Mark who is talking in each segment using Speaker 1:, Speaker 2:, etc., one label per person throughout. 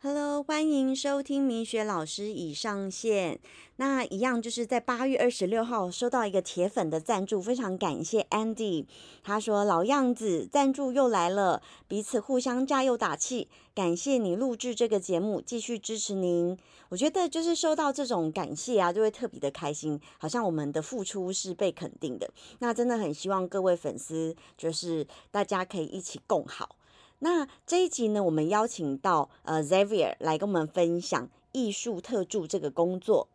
Speaker 1: Hello，欢迎收听米雪老师已上线。那一样就是在八月二十六号收到一个铁粉的赞助，非常感谢 Andy。他说：“老样子，赞助又来了，彼此互相加油打气，感谢你录制这个节目，继续支持您。”我觉得就是收到这种感谢啊，就会特别的开心，好像我们的付出是被肯定的。那真的很希望各位粉丝，就是大家可以一起共好。那这一集呢，我们邀请到呃 Xavier 来跟我们分享艺术特助这个工作。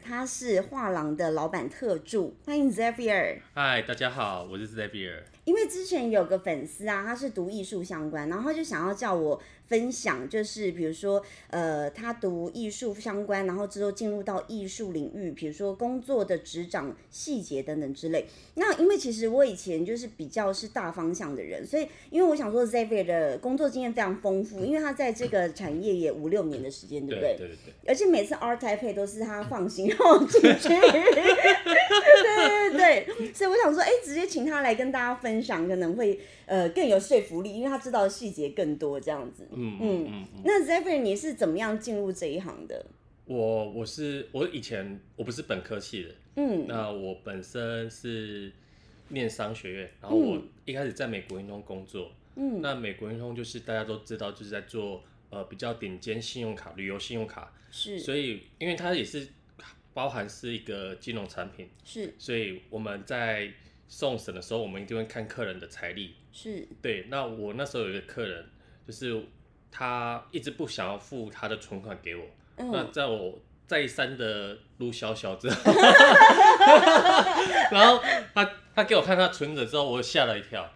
Speaker 1: 他是画廊的老板特助，欢迎 Xavier。
Speaker 2: 嗨，大家好，我是 Xavier。
Speaker 1: 因为之前有个粉丝啊，他是读艺术相关，然后他就想要叫我分享，就是比如说，呃，他读艺术相关，然后之后进入到艺术领域，比如说工作的职掌细节等等之类。那因为其实我以前就是比较是大方向的人，所以因为我想说 Xavier 的工作经验非常丰富，因为他在这个产业也五六年的时间，对不
Speaker 2: 对对对，
Speaker 1: 而且每次 R Type 都是他放心 让我进去，对对对，所以我想说，哎、直接请他来跟大家分享，可能会呃更有说服力，因为他知道的细节更多这样子。
Speaker 2: 嗯嗯嗯嗯，
Speaker 1: 那 Zephyr 你是怎么样进入这一行的？
Speaker 2: 我我是我以前我不是本科系的，
Speaker 1: 嗯
Speaker 2: 那我本身是念商学院，然后我一开始在美国运通工作，
Speaker 1: 嗯
Speaker 2: 那美国运通就是大家都知道就是在做呃比较顶尖信用卡、旅游信用卡，
Speaker 1: 是
Speaker 2: 所以因为它也是包含是一个金融产品，
Speaker 1: 是
Speaker 2: 所以我们在送审的时候，我们一定会看客人的财力，
Speaker 1: 是
Speaker 2: 对，那我那时候有一个客人，就是他一直不想要付他的存款给我。那
Speaker 1: 嗯
Speaker 2: 在我再三的撸小小 之后，然后他他给我看他存折之后，我吓了一跳。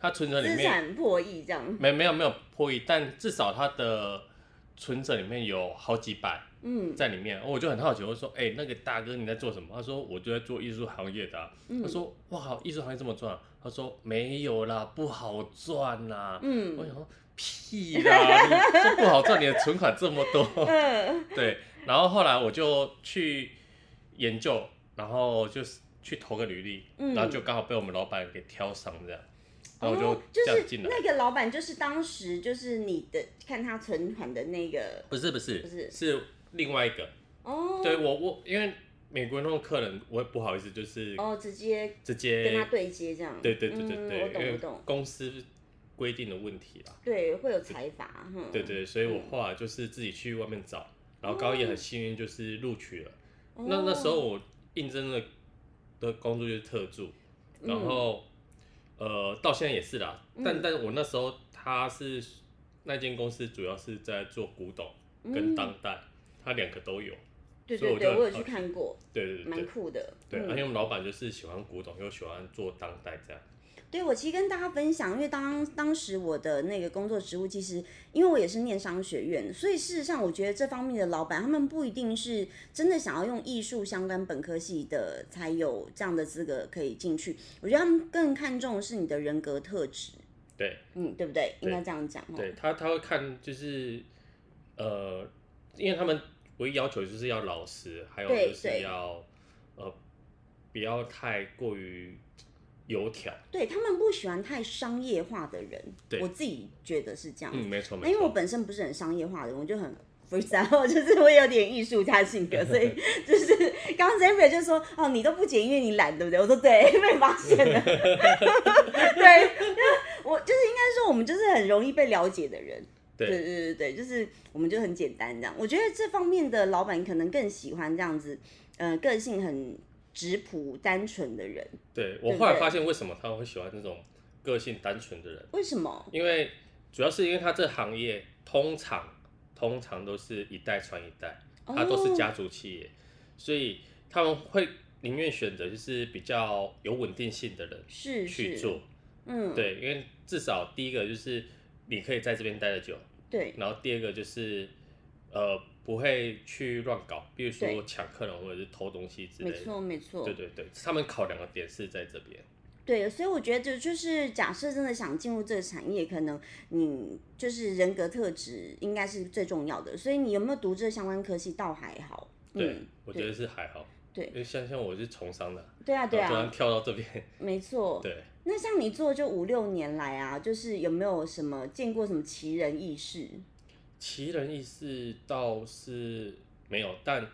Speaker 2: 他存折里
Speaker 1: 资
Speaker 2: 面
Speaker 1: 产破亿这样，
Speaker 2: 没没有没有破亿，但至少他的存折里面有好几百
Speaker 1: 嗯
Speaker 2: 在里面。我就很好奇，我就说：“哎、那个大哥你在做什么？”他说：“我就在做艺术行业的啊、
Speaker 1: 嗯
Speaker 2: 他说：“哇，好艺术行业这么赚啊？”他说：“没有啦，不好赚啦。”我
Speaker 1: 嗯
Speaker 2: 想说屁啦，你这不好赚，你的存款这么多。
Speaker 1: 嗯
Speaker 2: 对，然后后来我就去研究，然后就是去投个履历，
Speaker 1: 嗯
Speaker 2: 然后就刚好被我们老板给挑上这样，然后我
Speaker 1: 哦
Speaker 2: 就，
Speaker 1: 就
Speaker 2: 这样
Speaker 1: 是
Speaker 2: 进来。
Speaker 1: 那个老板，就是当时就是你的看他存款的那个
Speaker 2: 不是不是
Speaker 1: 不是
Speaker 2: 是另外一个，
Speaker 1: 哦，
Speaker 2: 对我我因为美国那种客人，我也不好意思，就是
Speaker 1: 哦，直接
Speaker 2: 直
Speaker 1: 跟
Speaker 2: 接
Speaker 1: 他对接这样。
Speaker 2: 对对对对
Speaker 1: 嗯、
Speaker 2: 对，
Speaker 1: 我懂
Speaker 2: 因
Speaker 1: 我
Speaker 2: 为
Speaker 1: 懂。
Speaker 2: 公司规定的问题啦。
Speaker 1: 对，会有财阀，哼，
Speaker 2: 对，对，所以
Speaker 1: 嗯
Speaker 2: 我后来就是自己去外面找，然
Speaker 1: 哦
Speaker 2: 后高一很幸运就是录取了。那那时候我应征的的工作就是特助，
Speaker 1: 嗯
Speaker 2: 然后、呃到现在也是啦，但
Speaker 1: 嗯
Speaker 2: 但我那时候他是那间公司主要是在做古董跟
Speaker 1: 嗯
Speaker 2: 当代，他两个都有。
Speaker 1: 对
Speaker 2: 所以
Speaker 1: 对对，
Speaker 2: 我就很
Speaker 1: 我有
Speaker 2: 好
Speaker 1: 去
Speaker 2: 奇
Speaker 1: 看过，
Speaker 2: 对对对
Speaker 1: 蛮
Speaker 2: 对
Speaker 1: 酷的。
Speaker 2: 对，哎而
Speaker 1: 嗯
Speaker 2: 且我们老板就是喜欢古董，又喜欢做当代这样。
Speaker 1: 对，我其实跟大家分享，因为当当时我的那个工作职务，其实因为我也是念商学院，所以事实上我觉得这方面的老板，他们不一定是真的想要用艺术相关本科系的才有这样的资格可以进去。我觉得他们更看重的是你的人格特质，
Speaker 2: 对
Speaker 1: 嗯，对不对？应
Speaker 2: 对
Speaker 1: 该这样讲哦。
Speaker 2: 对，他他会看就是呃，因为他们唯一要求就是要老实，还有
Speaker 1: 对
Speaker 2: 就是
Speaker 1: 对
Speaker 2: 要呃不要太过于油条。
Speaker 1: 对他们不喜欢太商业化的人，
Speaker 2: 对
Speaker 1: 我自己觉得是这样子。
Speaker 2: 嗯，没错
Speaker 1: 那
Speaker 2: 没
Speaker 1: 因为我
Speaker 2: 错。
Speaker 1: 本身不是很商业化的人，我就很 freestyle，就是 我有点艺术家性格，所 以就是刚刚 Zephyr 就说：“哦，你都不剪，因为你懒，对不对？”我说：“对， 被发现了。”对， 因为我就是应该说，我们就是很容易被了解的人。对对对
Speaker 2: 对
Speaker 1: 对，就是我们就很简单这样。我觉得这方面的老板可能更喜欢这样子，呃，个性很直朴、单纯的人。
Speaker 2: 对，我
Speaker 1: 对
Speaker 2: 后来
Speaker 1: 对
Speaker 2: 发现为什么他们会喜欢那种个性单纯的人，
Speaker 1: 为什么？
Speaker 2: 因为主要是因为他这行业通常通常都是一代传一代，它都是
Speaker 1: 哦
Speaker 2: 家族企业，所以他们会宁愿选择就是比较有稳定性的人
Speaker 1: 是
Speaker 2: 去
Speaker 1: 是
Speaker 2: 做。
Speaker 1: 嗯，
Speaker 2: 对，因为至少第一个就是你可以在这边待得久，
Speaker 1: 对
Speaker 2: 然后第二个就是呃不会去乱搞，比如说
Speaker 1: 对
Speaker 2: 抢客人或者是偷东西之类
Speaker 1: 没
Speaker 2: 的。
Speaker 1: 错没错，
Speaker 2: 对对对，他们考量的点是在这边。
Speaker 1: 对，所以我觉得就是，假设真的想进入这个产业，可能你就是人格特质应该是最重要的。所以你有没有读这相关科系倒还好。
Speaker 2: 对，
Speaker 1: 嗯，
Speaker 2: 我觉得是还好。
Speaker 1: 对
Speaker 2: 因为像像我是从商的，
Speaker 1: 对啊，对
Speaker 2: 然后突
Speaker 1: 啊
Speaker 2: 然，跳到这边，
Speaker 1: 没错。
Speaker 2: 对，
Speaker 1: 那像你做就五六年来啊，就是有没有什么见过什么奇人异事？
Speaker 2: 奇人异事倒是没有，但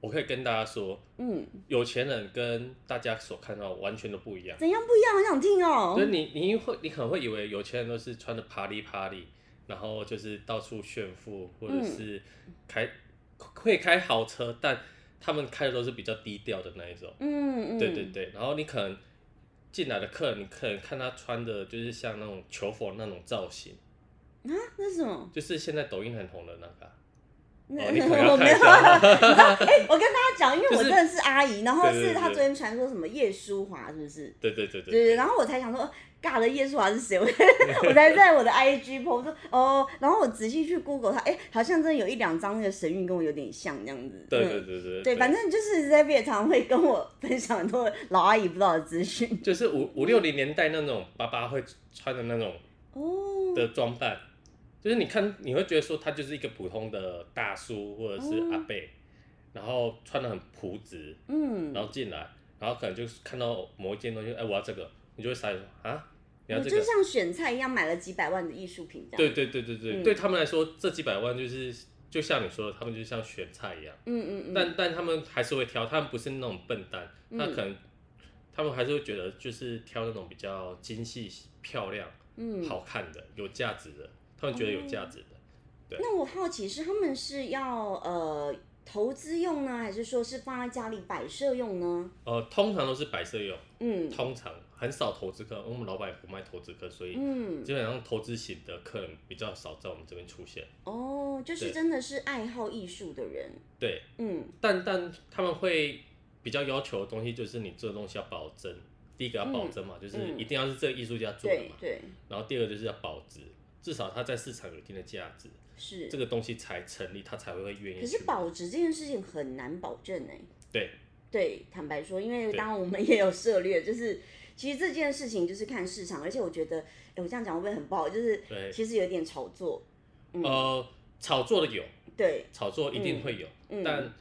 Speaker 2: 我可以跟大家说，
Speaker 1: 嗯，
Speaker 2: 有钱人跟大家所看到完全都不一样。
Speaker 1: 怎样不一样？好想听哦
Speaker 2: 所以。你你会你可能会以为有钱人都是穿的啪里啪里，然后就是到处炫富，或者是
Speaker 1: 嗯
Speaker 2: 开、会开豪车，但他们开的都是比较低调的那一种。
Speaker 1: 嗯嗯，
Speaker 2: 对对，对，然后你可能进来的客人，你可能看他穿的就是像那种求佛那种造型，
Speaker 1: 啊，那是什么？
Speaker 2: 就是现在抖音很红的那个啊、
Speaker 1: 那
Speaker 2: 哦你可能 要
Speaker 1: 我
Speaker 2: 看
Speaker 1: 没有，你
Speaker 2: 一
Speaker 1: 知道哎，我跟大家讲，因为我
Speaker 2: 就是
Speaker 1: 真的是阿姨，然后
Speaker 2: 对对
Speaker 1: 是
Speaker 2: 对
Speaker 1: 她
Speaker 2: 对
Speaker 1: 昨天传说什么叶舒华，是不是？
Speaker 2: 对对对
Speaker 1: 对
Speaker 2: 对
Speaker 1: 对，然后我才想说，尬的叶舒华是谁？ 我 我才在我的 IG 播说哦，然后我仔细去 Google 他，哎，好像真的有一两张那个神韵跟我有点像这样子。
Speaker 2: 对
Speaker 1: 嗯
Speaker 2: 对对对
Speaker 1: 对，反正就是 z e b 也常会跟我分享很多老阿姨不知道的资讯
Speaker 2: 就是五五六零年代那种爸爸会穿的那种
Speaker 1: 哦。
Speaker 2: 的装扮，就是你看你会觉得说他就是一个普通的大叔或者是阿伯，然后穿的很朴质，
Speaker 1: 嗯，
Speaker 2: 然后进来，然后可能就是看到某一件东西，哎，我要这个，你就会塞说啊，你要
Speaker 1: 我
Speaker 2: 这
Speaker 1: 就
Speaker 2: 个。
Speaker 1: 像选菜一样买了几百万的艺术品这样。
Speaker 2: 对，对对对对，
Speaker 1: 嗯
Speaker 2: 对他们来说，这几百万就是就像你说的，他们就像选菜一样，
Speaker 1: 嗯嗯嗯，
Speaker 2: 但但他们还是会挑，他们不是那种笨蛋，
Speaker 1: 嗯
Speaker 2: 那可能他们还是会觉得就是挑那种比较精细、漂亮、
Speaker 1: 嗯。哦
Speaker 2: 好看的、有价值的，他们觉得有价值的。
Speaker 1: 那我好奇是他们是要呃投资用呢，还是说是放在家里摆设用呢？
Speaker 2: 呃，通常都是白色用，
Speaker 1: 嗯
Speaker 2: 通常很少投资客，因为我们老板也不卖投资客，所以
Speaker 1: 嗯，
Speaker 2: 基本上投资型的客人比较少在我们这边出现。
Speaker 1: 哦，就是
Speaker 2: 对
Speaker 1: 真的是爱好艺术的人，
Speaker 2: 对，
Speaker 1: 嗯
Speaker 2: 但但他们会比较要求的东西就是你这个东西要保真，第一个要保真嘛，就是一定要是这个艺术家做的
Speaker 1: 对
Speaker 2: 嘛，
Speaker 1: 嗯对
Speaker 2: 然后第二个就是要保值，至少它在市场有一定的价值，
Speaker 1: 是
Speaker 2: 这。个东西才成立，他才会愿意
Speaker 1: 可
Speaker 2: 去
Speaker 1: 是
Speaker 2: 买。
Speaker 1: 保值这件事情很难保证哎、
Speaker 2: 对
Speaker 1: 对，坦白说，因为
Speaker 2: 对
Speaker 1: 当然我们也有涉猎，就是其实这件事情就是看市场，而且我觉得，哎，我这样讲会不会很不好？就是
Speaker 2: 对，
Speaker 1: 其实有点炒作，嗯
Speaker 2: 呃，炒作的有，
Speaker 1: 对，
Speaker 2: 炒作一定会有，
Speaker 1: 嗯，
Speaker 2: 但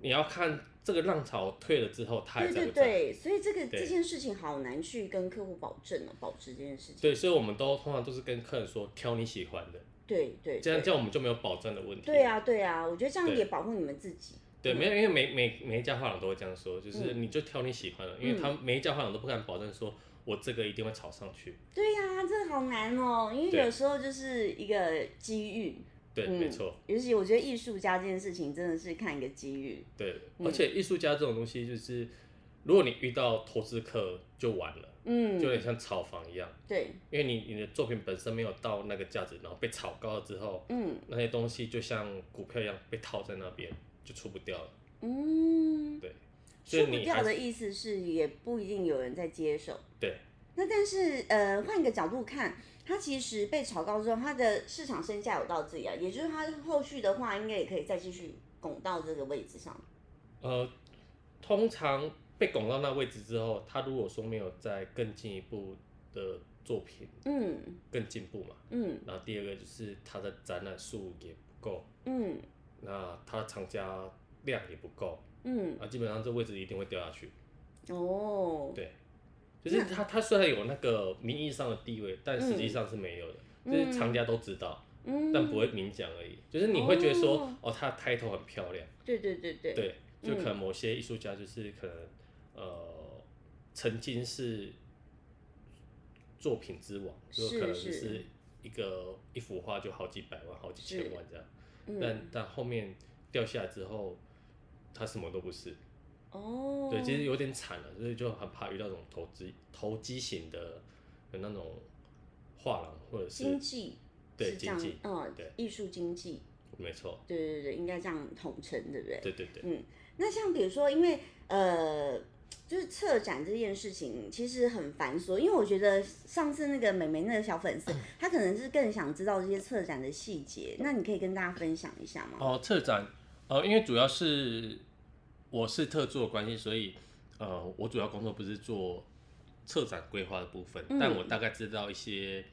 Speaker 2: 你要看这个浪潮退了之后，它还
Speaker 1: 对
Speaker 2: 在
Speaker 1: 对
Speaker 2: 不在？
Speaker 1: 对，所以这个
Speaker 2: 对
Speaker 1: 这件事情好难去跟客户保证哦，保值这件事情。
Speaker 2: 对，所以我们都通常都是跟客人说挑你喜欢的，
Speaker 1: 对对，
Speaker 2: 这样
Speaker 1: 对
Speaker 2: 这样我们就没有保证的问题。
Speaker 1: 对，啊对啊，我觉得这样
Speaker 2: 对
Speaker 1: 也保护你们自己。
Speaker 2: 对，
Speaker 1: 嗯
Speaker 2: 没有，因为每每每一家画廊都会这样说，就是你就挑你喜欢的，因为他
Speaker 1: 嗯
Speaker 2: 们每一家画廊都不敢保证说我这个一定会炒上去。
Speaker 1: 对呀、这好难哦，因为
Speaker 2: 对
Speaker 1: 有时候就是一个机遇，
Speaker 2: 对，
Speaker 1: 嗯
Speaker 2: 没错，
Speaker 1: 尤其我觉得艺术家这件事情真的是看一个机遇。
Speaker 2: 对，
Speaker 1: 嗯
Speaker 2: 而且艺术家这种东西就是，如果你遇到投资客就完了，
Speaker 1: 嗯
Speaker 2: 就，有点像炒房一样，
Speaker 1: 对，
Speaker 2: 因为你你的作品本身没有到那个价值，然后被炒高了之后，
Speaker 1: 嗯
Speaker 2: 那些东西就像股票一样被套在那边，就出不掉了。
Speaker 1: 嗯，
Speaker 2: 对，所
Speaker 1: 出
Speaker 2: 以
Speaker 1: 不
Speaker 2: 你
Speaker 1: 掉
Speaker 2: 还
Speaker 1: 的
Speaker 2: 是
Speaker 1: 意思是也不一定有人在接手。
Speaker 2: 对，
Speaker 1: 那但是呃，换一个角度看，它其实被炒高之后，它的市场身价有到这里啊，也就是它后续的话，应该也可以再继续拱到这个位置上。
Speaker 2: 呃，通常被拱到那位置之后，他如果说没有再更进一步的作品
Speaker 1: 嗯
Speaker 2: 更进步嘛，
Speaker 1: 嗯
Speaker 2: 然后第二个就是他的展览数也不够，
Speaker 1: 嗯
Speaker 2: 那他的藏家量也不够，
Speaker 1: 嗯，
Speaker 2: 啊，基本上这位置一定会掉下去。
Speaker 1: 哦，
Speaker 2: 对，就是他他虽然有那个名义上的地位，但实际
Speaker 1: 嗯
Speaker 2: 上是没有的，
Speaker 1: 嗯
Speaker 2: 就是藏家都知道，
Speaker 1: 嗯，
Speaker 2: 但不会明讲而已。就是你会觉得说，
Speaker 1: 哦
Speaker 2: 哦他的 title 很漂亮。
Speaker 1: 对对对对，
Speaker 2: 对，就可
Speaker 1: 嗯
Speaker 2: 能某些艺术家就是可能呃，曾经是作品之王，就是可能就是是一个一幅画就好几百万、好几
Speaker 1: 是
Speaker 2: 千万这样，但
Speaker 1: 嗯，
Speaker 2: 但后面掉下来之后，他什么都不是，
Speaker 1: 哦，
Speaker 2: 对，其实有点惨啊了，所以就很怕遇到这种投资投机型的的那种画廊或者
Speaker 1: 经
Speaker 2: 是
Speaker 1: 济
Speaker 2: 对
Speaker 1: 是这样
Speaker 2: 经济，
Speaker 1: 嗯
Speaker 2: 对，
Speaker 1: 艺术经济，
Speaker 2: 没错，
Speaker 1: 对对对，应该这样统称，对不对？
Speaker 2: 对对对，
Speaker 1: 嗯，那像比如说，因为呃，就是策展这件事情其实很繁琐，因为我觉得上次那个美眉那个小
Speaker 2: 嗯
Speaker 1: 粉丝，她可能是更想知道这些策展的细节，那你可以跟大家分享一下吗？
Speaker 2: 哦，策展，呃，因为主要是我是特助的关系，所以呃，我主要工作不是做策展规划的部分，
Speaker 1: 嗯
Speaker 2: 但我大概知道一些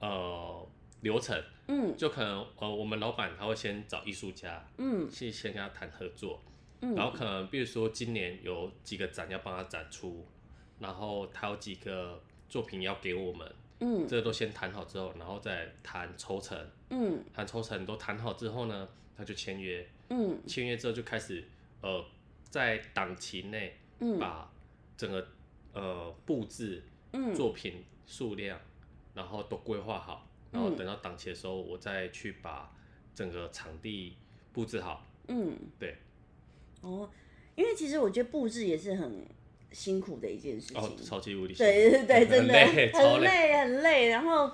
Speaker 2: 呃流程，
Speaker 1: 嗯
Speaker 2: 就可能呃，我们老板他会先找艺术家
Speaker 1: 嗯
Speaker 2: 去先跟他谈合作，
Speaker 1: 嗯，
Speaker 2: 然后可能比如说今年有几个展要帮他展出，然后他有几个作品要给我们，
Speaker 1: 嗯
Speaker 2: 这个都先谈好之后，然后再谈抽成，
Speaker 1: 嗯
Speaker 2: 谈抽成都谈好之后呢，他就签约，
Speaker 1: 嗯
Speaker 2: 签约之后就开始呃，在档期内
Speaker 1: 嗯
Speaker 2: 把整个呃布置、
Speaker 1: 嗯，
Speaker 2: 作品数量，然后都规划好，然后
Speaker 1: 嗯
Speaker 2: 等到档期的时候，我再去把整个场地布置好。
Speaker 1: 嗯，
Speaker 2: 对，
Speaker 1: 哦，因为其实我觉得布置也是很辛苦的一件事情，
Speaker 2: 哦，超级无敌辛苦，
Speaker 1: 对对对，
Speaker 2: 很
Speaker 1: 真的
Speaker 2: 累超
Speaker 1: 很累很累，然后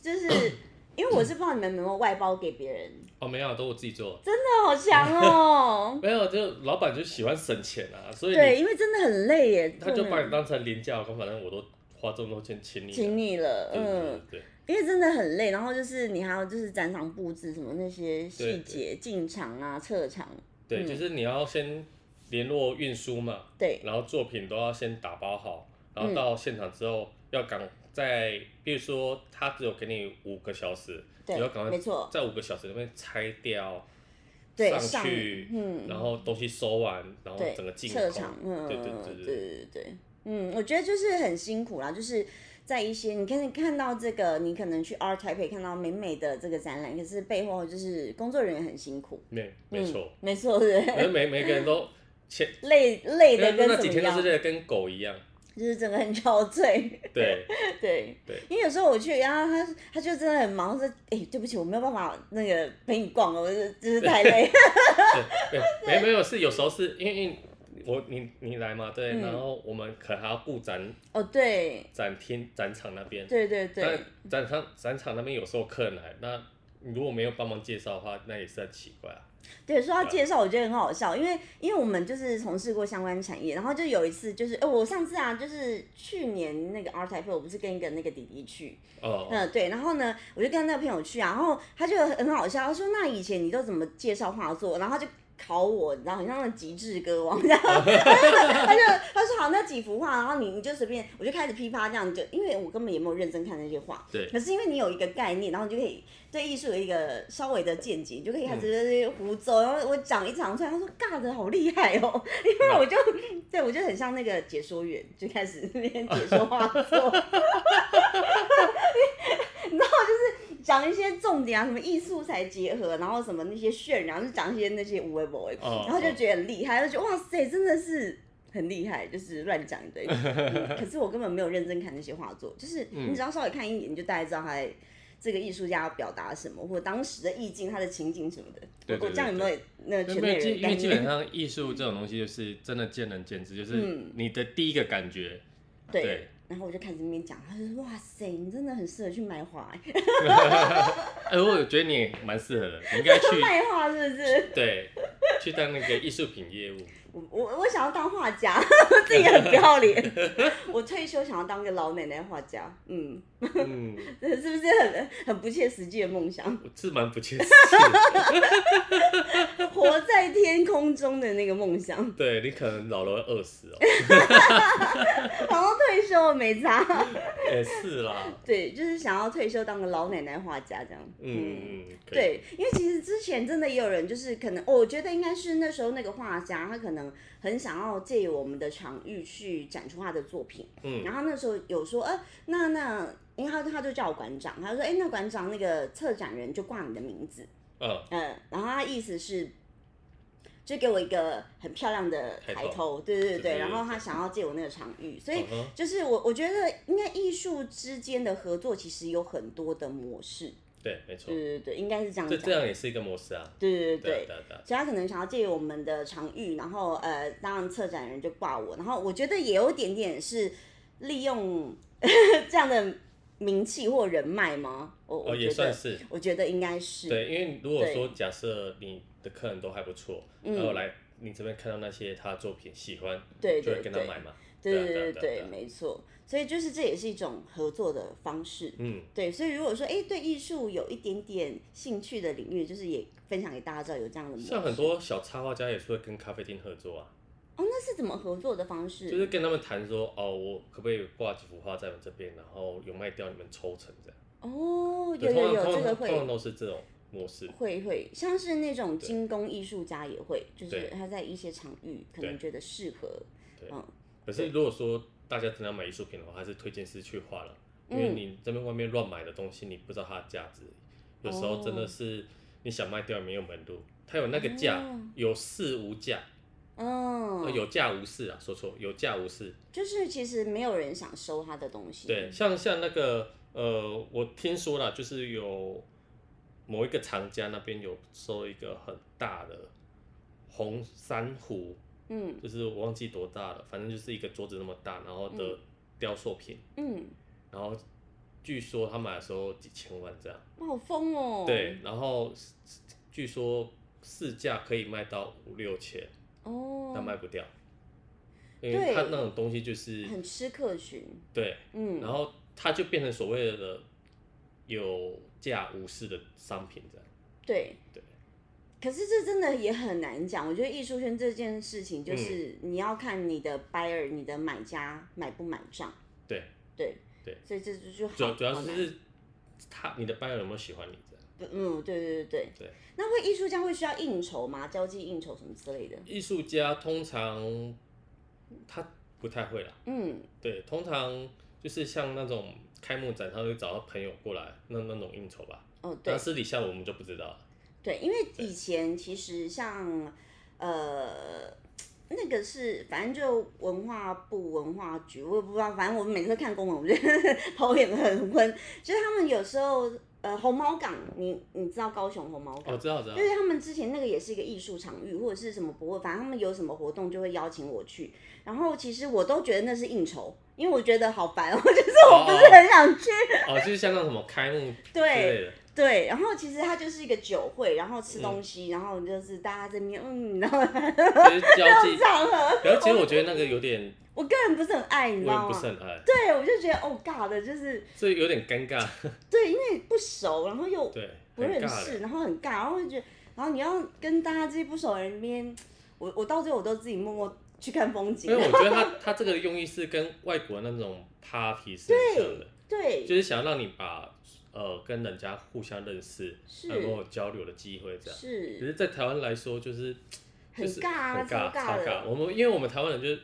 Speaker 1: 就是 因为我是不知道你们有没有外包给别人，
Speaker 2: 哦，没有，都我自己做，，
Speaker 1: 真的好强哦
Speaker 2: 没有，就老板就喜欢省钱啊，所以
Speaker 1: 对，
Speaker 2: 你
Speaker 1: 因为真的很累耶，
Speaker 2: 他就
Speaker 1: 做
Speaker 2: 把
Speaker 1: 那
Speaker 2: 你当成廉价劳工，反正我都花这么多钱请你了，
Speaker 1: 请你了，
Speaker 2: 对，
Speaker 1: 嗯
Speaker 2: 对，对对，
Speaker 1: 因为真的很累，然后就是你还要就是展场布置什么那些细
Speaker 2: 对
Speaker 1: 节，进场啊、撤场，
Speaker 2: 对，
Speaker 1: 嗯
Speaker 2: 就是你要先联络运输嘛，
Speaker 1: 对，
Speaker 2: 然后作品都要先打包好，然后
Speaker 1: 嗯
Speaker 2: 到现场之后要赶在，比如说他只有给你五个小时，
Speaker 1: 对
Speaker 2: 你要赶快
Speaker 1: 没错
Speaker 2: 在五个小时里面拆掉，
Speaker 1: 对，
Speaker 2: 上
Speaker 1: 上
Speaker 2: 去，
Speaker 1: 嗯，
Speaker 2: 然后东西收完，然后
Speaker 1: 对，
Speaker 2: 整个进
Speaker 1: 撤
Speaker 2: 口
Speaker 1: 场，嗯，
Speaker 2: 对
Speaker 1: 对
Speaker 2: 对
Speaker 1: 对
Speaker 2: 对对，
Speaker 1: 对对嗯，我觉得就是很辛苦啦，就是在一些你看看到这个，你可能去 Art Taipei 看到美美的这个展览，可是背后就是工作人员很辛苦，
Speaker 2: 没没错
Speaker 1: 嗯，，没错，对，
Speaker 2: 可是每每个人 都前
Speaker 1: 累累的
Speaker 2: 哎
Speaker 1: 哎
Speaker 2: 那
Speaker 1: 跟
Speaker 2: 那
Speaker 1: 什
Speaker 2: 几
Speaker 1: 么
Speaker 2: 天都是
Speaker 1: 样，
Speaker 2: 累得跟狗一样，
Speaker 1: 就是整个很憔悴，
Speaker 2: 对，
Speaker 1: 对。
Speaker 2: 对
Speaker 1: 因为有时候我去，然后他他就真的很忙，说：“哎、对不起，我没有办法那个陪你逛了，我就是就是太累。
Speaker 2: 对，没没有是有时候是因为因为我你你来嘛，对，
Speaker 1: 嗯
Speaker 2: 然后我们可能还要顾展”
Speaker 1: 哦，对，
Speaker 2: 展厅展场那边，
Speaker 1: 对对对，
Speaker 2: 那展场展场那边有时候客人来，那你如果没有帮忙介绍的话，那也是很奇怪啊。
Speaker 1: 对，说到介绍，我觉得很好笑，因为因为我们就是从事过相关产业，然后就有一次就是，哎，我上次啊，就是去年那个 Art Taipei，我不是跟一个那个弟弟去，
Speaker 2: 哦，
Speaker 1: 嗯，对，然后呢，我就跟那个朋友去啊，然后他就很好笑，他说那以前你都怎么介绍画作？然后他就考我，你知道，很像那个极致歌王这样，
Speaker 2: 哦
Speaker 1: 他就 他说好，那几幅画，然后你你就随便，我就开始噼啪这样，就因为我根本也没有认真看那些画，
Speaker 2: 对
Speaker 1: 可是因为你有一个概念，然后你就可以对艺术有一个稍微的见解，你就可以
Speaker 2: 嗯
Speaker 1: 开始在那边胡诌，然后我讲一长串，他说尬的好厉害哦，因为我就对我就很像那个解说员，就开始那边解说画作。 讲一些重点啊，什么艺术才结合，然后什么那些渲染，就讲一些那些无为 boy，
Speaker 2: 哦
Speaker 1: 然后就觉得很厉害，就觉得哇塞，真的是很厉害，就是乱讲 一堆、嗯可是我根本没有认真看那些画作，就是
Speaker 2: 嗯
Speaker 1: 你只要稍微看一眼，你就大概知道他在这个艺术家要表达什么，或者当时的意境、他的情景什么的。
Speaker 2: 对
Speaker 1: 我
Speaker 2: 对
Speaker 1: 我这样有没有那个全
Speaker 2: 没
Speaker 1: 面
Speaker 2: 有，基
Speaker 1: 人
Speaker 2: 因
Speaker 1: 概
Speaker 2: 为基本
Speaker 1: 念？
Speaker 2: 上艺术这种东西就是真的见仁见智，就是
Speaker 1: 嗯
Speaker 2: 你的第一个感觉，
Speaker 1: 对
Speaker 2: 对。
Speaker 1: 然后我就开始那边讲，他就说：“哇塞，你真的很适合去卖画、欸，
Speaker 2: 哎，我觉得你也蛮适合的，你应该 去
Speaker 1: 卖画是不是？
Speaker 2: 对去当那个艺术品业务，
Speaker 1: 我我我想要当画家， 自己很不要脸。 我退休想要当个老奶奶画家，嗯，
Speaker 2: 嗯，
Speaker 1: 这是不是很很不切实际的梦想？
Speaker 2: 我是蛮不切实际的。
Speaker 1: 活在天空中的那个梦想，
Speaker 2: 对你可能老了会饿死哦，
Speaker 1: 然后退休了没差。
Speaker 2: 也是啦，
Speaker 1: 对，就是想要退休当个老奶奶画家这样。嗯，
Speaker 2: 嗯嗯，可以，
Speaker 1: 对，因为其实之前真的也有人，就是可能、哦我觉得应该是那时候那个画家，他可能很想要借由我们的场域去展出他的作品。
Speaker 2: 嗯
Speaker 1: 然后那时候有说，呃，那那，因为他他就叫我馆长，他就说，哎，那馆长那个策展人就挂你的名字，
Speaker 2: 嗯，
Speaker 1: 嗯、然后他意思是，就给我一个很漂亮的
Speaker 2: 抬
Speaker 1: 抬
Speaker 2: 头
Speaker 1: 头，对对对
Speaker 2: 对对
Speaker 1: 对，
Speaker 2: 对
Speaker 1: 然后他想要借我那个场域，所以
Speaker 2: 嗯哼
Speaker 1: 就是我我觉得应该艺术之间的合作其实有很多的模式，
Speaker 2: 对，没错
Speaker 1: 对，对对，应该是这样
Speaker 2: 这
Speaker 1: 讲，
Speaker 2: 这样也是一个模式啊，
Speaker 1: 对嗯对对
Speaker 2: 对啊
Speaker 1: 对。
Speaker 2: 对啊对啊，
Speaker 1: 所以他可能想要借由我们的场域，然后呃，当然策展人就挂我，然后我觉得也有点点是利用 这样的名气或人脉吗？我我
Speaker 2: 哦，
Speaker 1: 觉
Speaker 2: 也算
Speaker 1: 得，
Speaker 2: 是，
Speaker 1: 我觉得应该是，
Speaker 2: 对，因为如果
Speaker 1: 对
Speaker 2: 说假设你的客人都还不错，
Speaker 1: 嗯
Speaker 2: 然后来你这边看到那些他的作品喜欢，
Speaker 1: 对
Speaker 2: 就会
Speaker 1: 对
Speaker 2: 跟他
Speaker 1: 对，
Speaker 2: 买嘛。
Speaker 1: 对对
Speaker 2: 啊啊
Speaker 1: 对
Speaker 2: 啊
Speaker 1: 对，
Speaker 2: 啊
Speaker 1: 没错。所以就是这也是一种合作的方式，
Speaker 2: 嗯，
Speaker 1: 对。所以如果说哎、诶对艺术有一点点兴趣的领域，就是也分享给大家知道有这样的模式，
Speaker 2: 像很多小插画家也是会跟咖啡厅合作啊，
Speaker 1: 哦，那是怎么合作的方式？
Speaker 2: 就是跟他们谈说，哦，我可不可以挂几幅画在我这边，然后有卖掉你们抽成这样。
Speaker 1: 哦，有
Speaker 2: 对通
Speaker 1: 有
Speaker 2: 常
Speaker 1: 有，
Speaker 2: 通
Speaker 1: 这
Speaker 2: 常
Speaker 1: 个
Speaker 2: 通
Speaker 1: 会
Speaker 2: 常。都是这种模式。
Speaker 1: 会会，像是那种
Speaker 2: 对
Speaker 1: 精工艺术家也会，就是
Speaker 2: 对
Speaker 1: 他在一些场域可能
Speaker 2: 对
Speaker 1: 觉得适合，
Speaker 2: 对
Speaker 1: 嗯，
Speaker 2: 可是如果说大家真的要买艺术品的话，还是推荐是去画廊，因
Speaker 1: 嗯
Speaker 2: 为你这边外面乱买的东西，你不知道它的价值，有时候
Speaker 1: 哦
Speaker 2: 真的是你想卖掉也没有门路。它有那个价
Speaker 1: 哦，
Speaker 2: 有市无价，
Speaker 1: 嗯，
Speaker 2: 呃有价无市啊，说错，有价无市。
Speaker 1: 就是其实没有人想收他的东西，
Speaker 2: 对，，像像那个呃，我听说了，就是有某一个厂家那边有收一个很大的红珊瑚，
Speaker 1: 嗯
Speaker 2: 就是我忘记多大了，反正就是一个桌子那么大，然后的雕塑品，
Speaker 1: 嗯，
Speaker 2: 然后据说他买的时候几千万这样，
Speaker 1: 哇好疯哦，
Speaker 2: 对，，然后据说市价可以卖到五六千，
Speaker 1: 哦，
Speaker 2: 但卖不掉，因为
Speaker 1: 对
Speaker 2: 他那种东西就是
Speaker 1: 很吃客群，
Speaker 2: 对，
Speaker 1: 嗯，
Speaker 2: 然后它就变成所谓的有价无市的商品这样。
Speaker 1: 对
Speaker 2: 对。
Speaker 1: 可是这真的也很难讲，我觉得艺术圈这件事情
Speaker 2: 嗯
Speaker 1: 就是你要看你的 buyer、你的买家买不买账，
Speaker 2: 对，
Speaker 1: 对
Speaker 2: 对，
Speaker 1: 所以这就就好
Speaker 2: 主要主要
Speaker 1: 好难
Speaker 2: 是他你的班友有没有喜欢你这样。
Speaker 1: 嗯，对对对对
Speaker 2: 对。
Speaker 1: 那会艺术家会需要应酬吗？交际应酬什么之类的？
Speaker 2: 艺术家通常他不太会啦，
Speaker 1: 嗯，
Speaker 2: 对，通常就是像那种开幕展，他会找到朋友过来，那那种应酬吧。
Speaker 1: 哦对
Speaker 2: 但私底下我们就不知道了。
Speaker 1: 对，因为以前其实像呃。那个是，反正就文化部文化局，我也不知道。反正我每次都看公文，我觉得 头也很昏。就是他们有时候，呃，红毛港，你你知道高雄红毛港
Speaker 2: 我、？知道，哦我知道
Speaker 1: 就。是他们之前那个也是一个艺术场域或者是什么博物，反正他们有什么活动就会邀请我去。然后其实我都觉得那是应酬，因为我觉得好烦，哦，就是我不是很想去。
Speaker 2: 哦，就是像那种什么开幕之
Speaker 1: 对
Speaker 2: 类的，
Speaker 1: 对，然后其实它就是一个酒会，然后吃东西，然后就是大家这边嗯，然后
Speaker 2: 就是交际。
Speaker 1: 场 合，
Speaker 2: 然后其实我觉得那个有点，
Speaker 1: 我个人不是很爱， 你知
Speaker 2: 我也
Speaker 1: 道
Speaker 2: 不是
Speaker 1: 吗？
Speaker 2: 很爱，
Speaker 1: 对，我就觉得哦尬的，就是
Speaker 2: 所以有点尴尬。
Speaker 1: 对，因为不熟，然后又
Speaker 2: 对，
Speaker 1: 不
Speaker 2: 很
Speaker 1: 认
Speaker 2: 尬
Speaker 1: 识，
Speaker 2: 的。
Speaker 1: 然后很尬，然后就觉得，然后你要跟大家这些不熟的人里面，我我到最后我都自己默默去看风景
Speaker 2: 因为，我觉得他他这个用意是跟外国那种 party 是很像的，
Speaker 1: 对，
Speaker 2: 就是想要让你把呃跟人家互相认识，
Speaker 1: 是
Speaker 2: 然后有交流的机会这样。只
Speaker 1: 是
Speaker 2: 是在台湾来说，就是
Speaker 1: 很
Speaker 2: 就是
Speaker 1: 尬啊，
Speaker 2: 很尬，
Speaker 1: 超
Speaker 2: 超
Speaker 1: 尬
Speaker 2: 尬。
Speaker 1: 的，
Speaker 2: 我们因为我们台湾人就是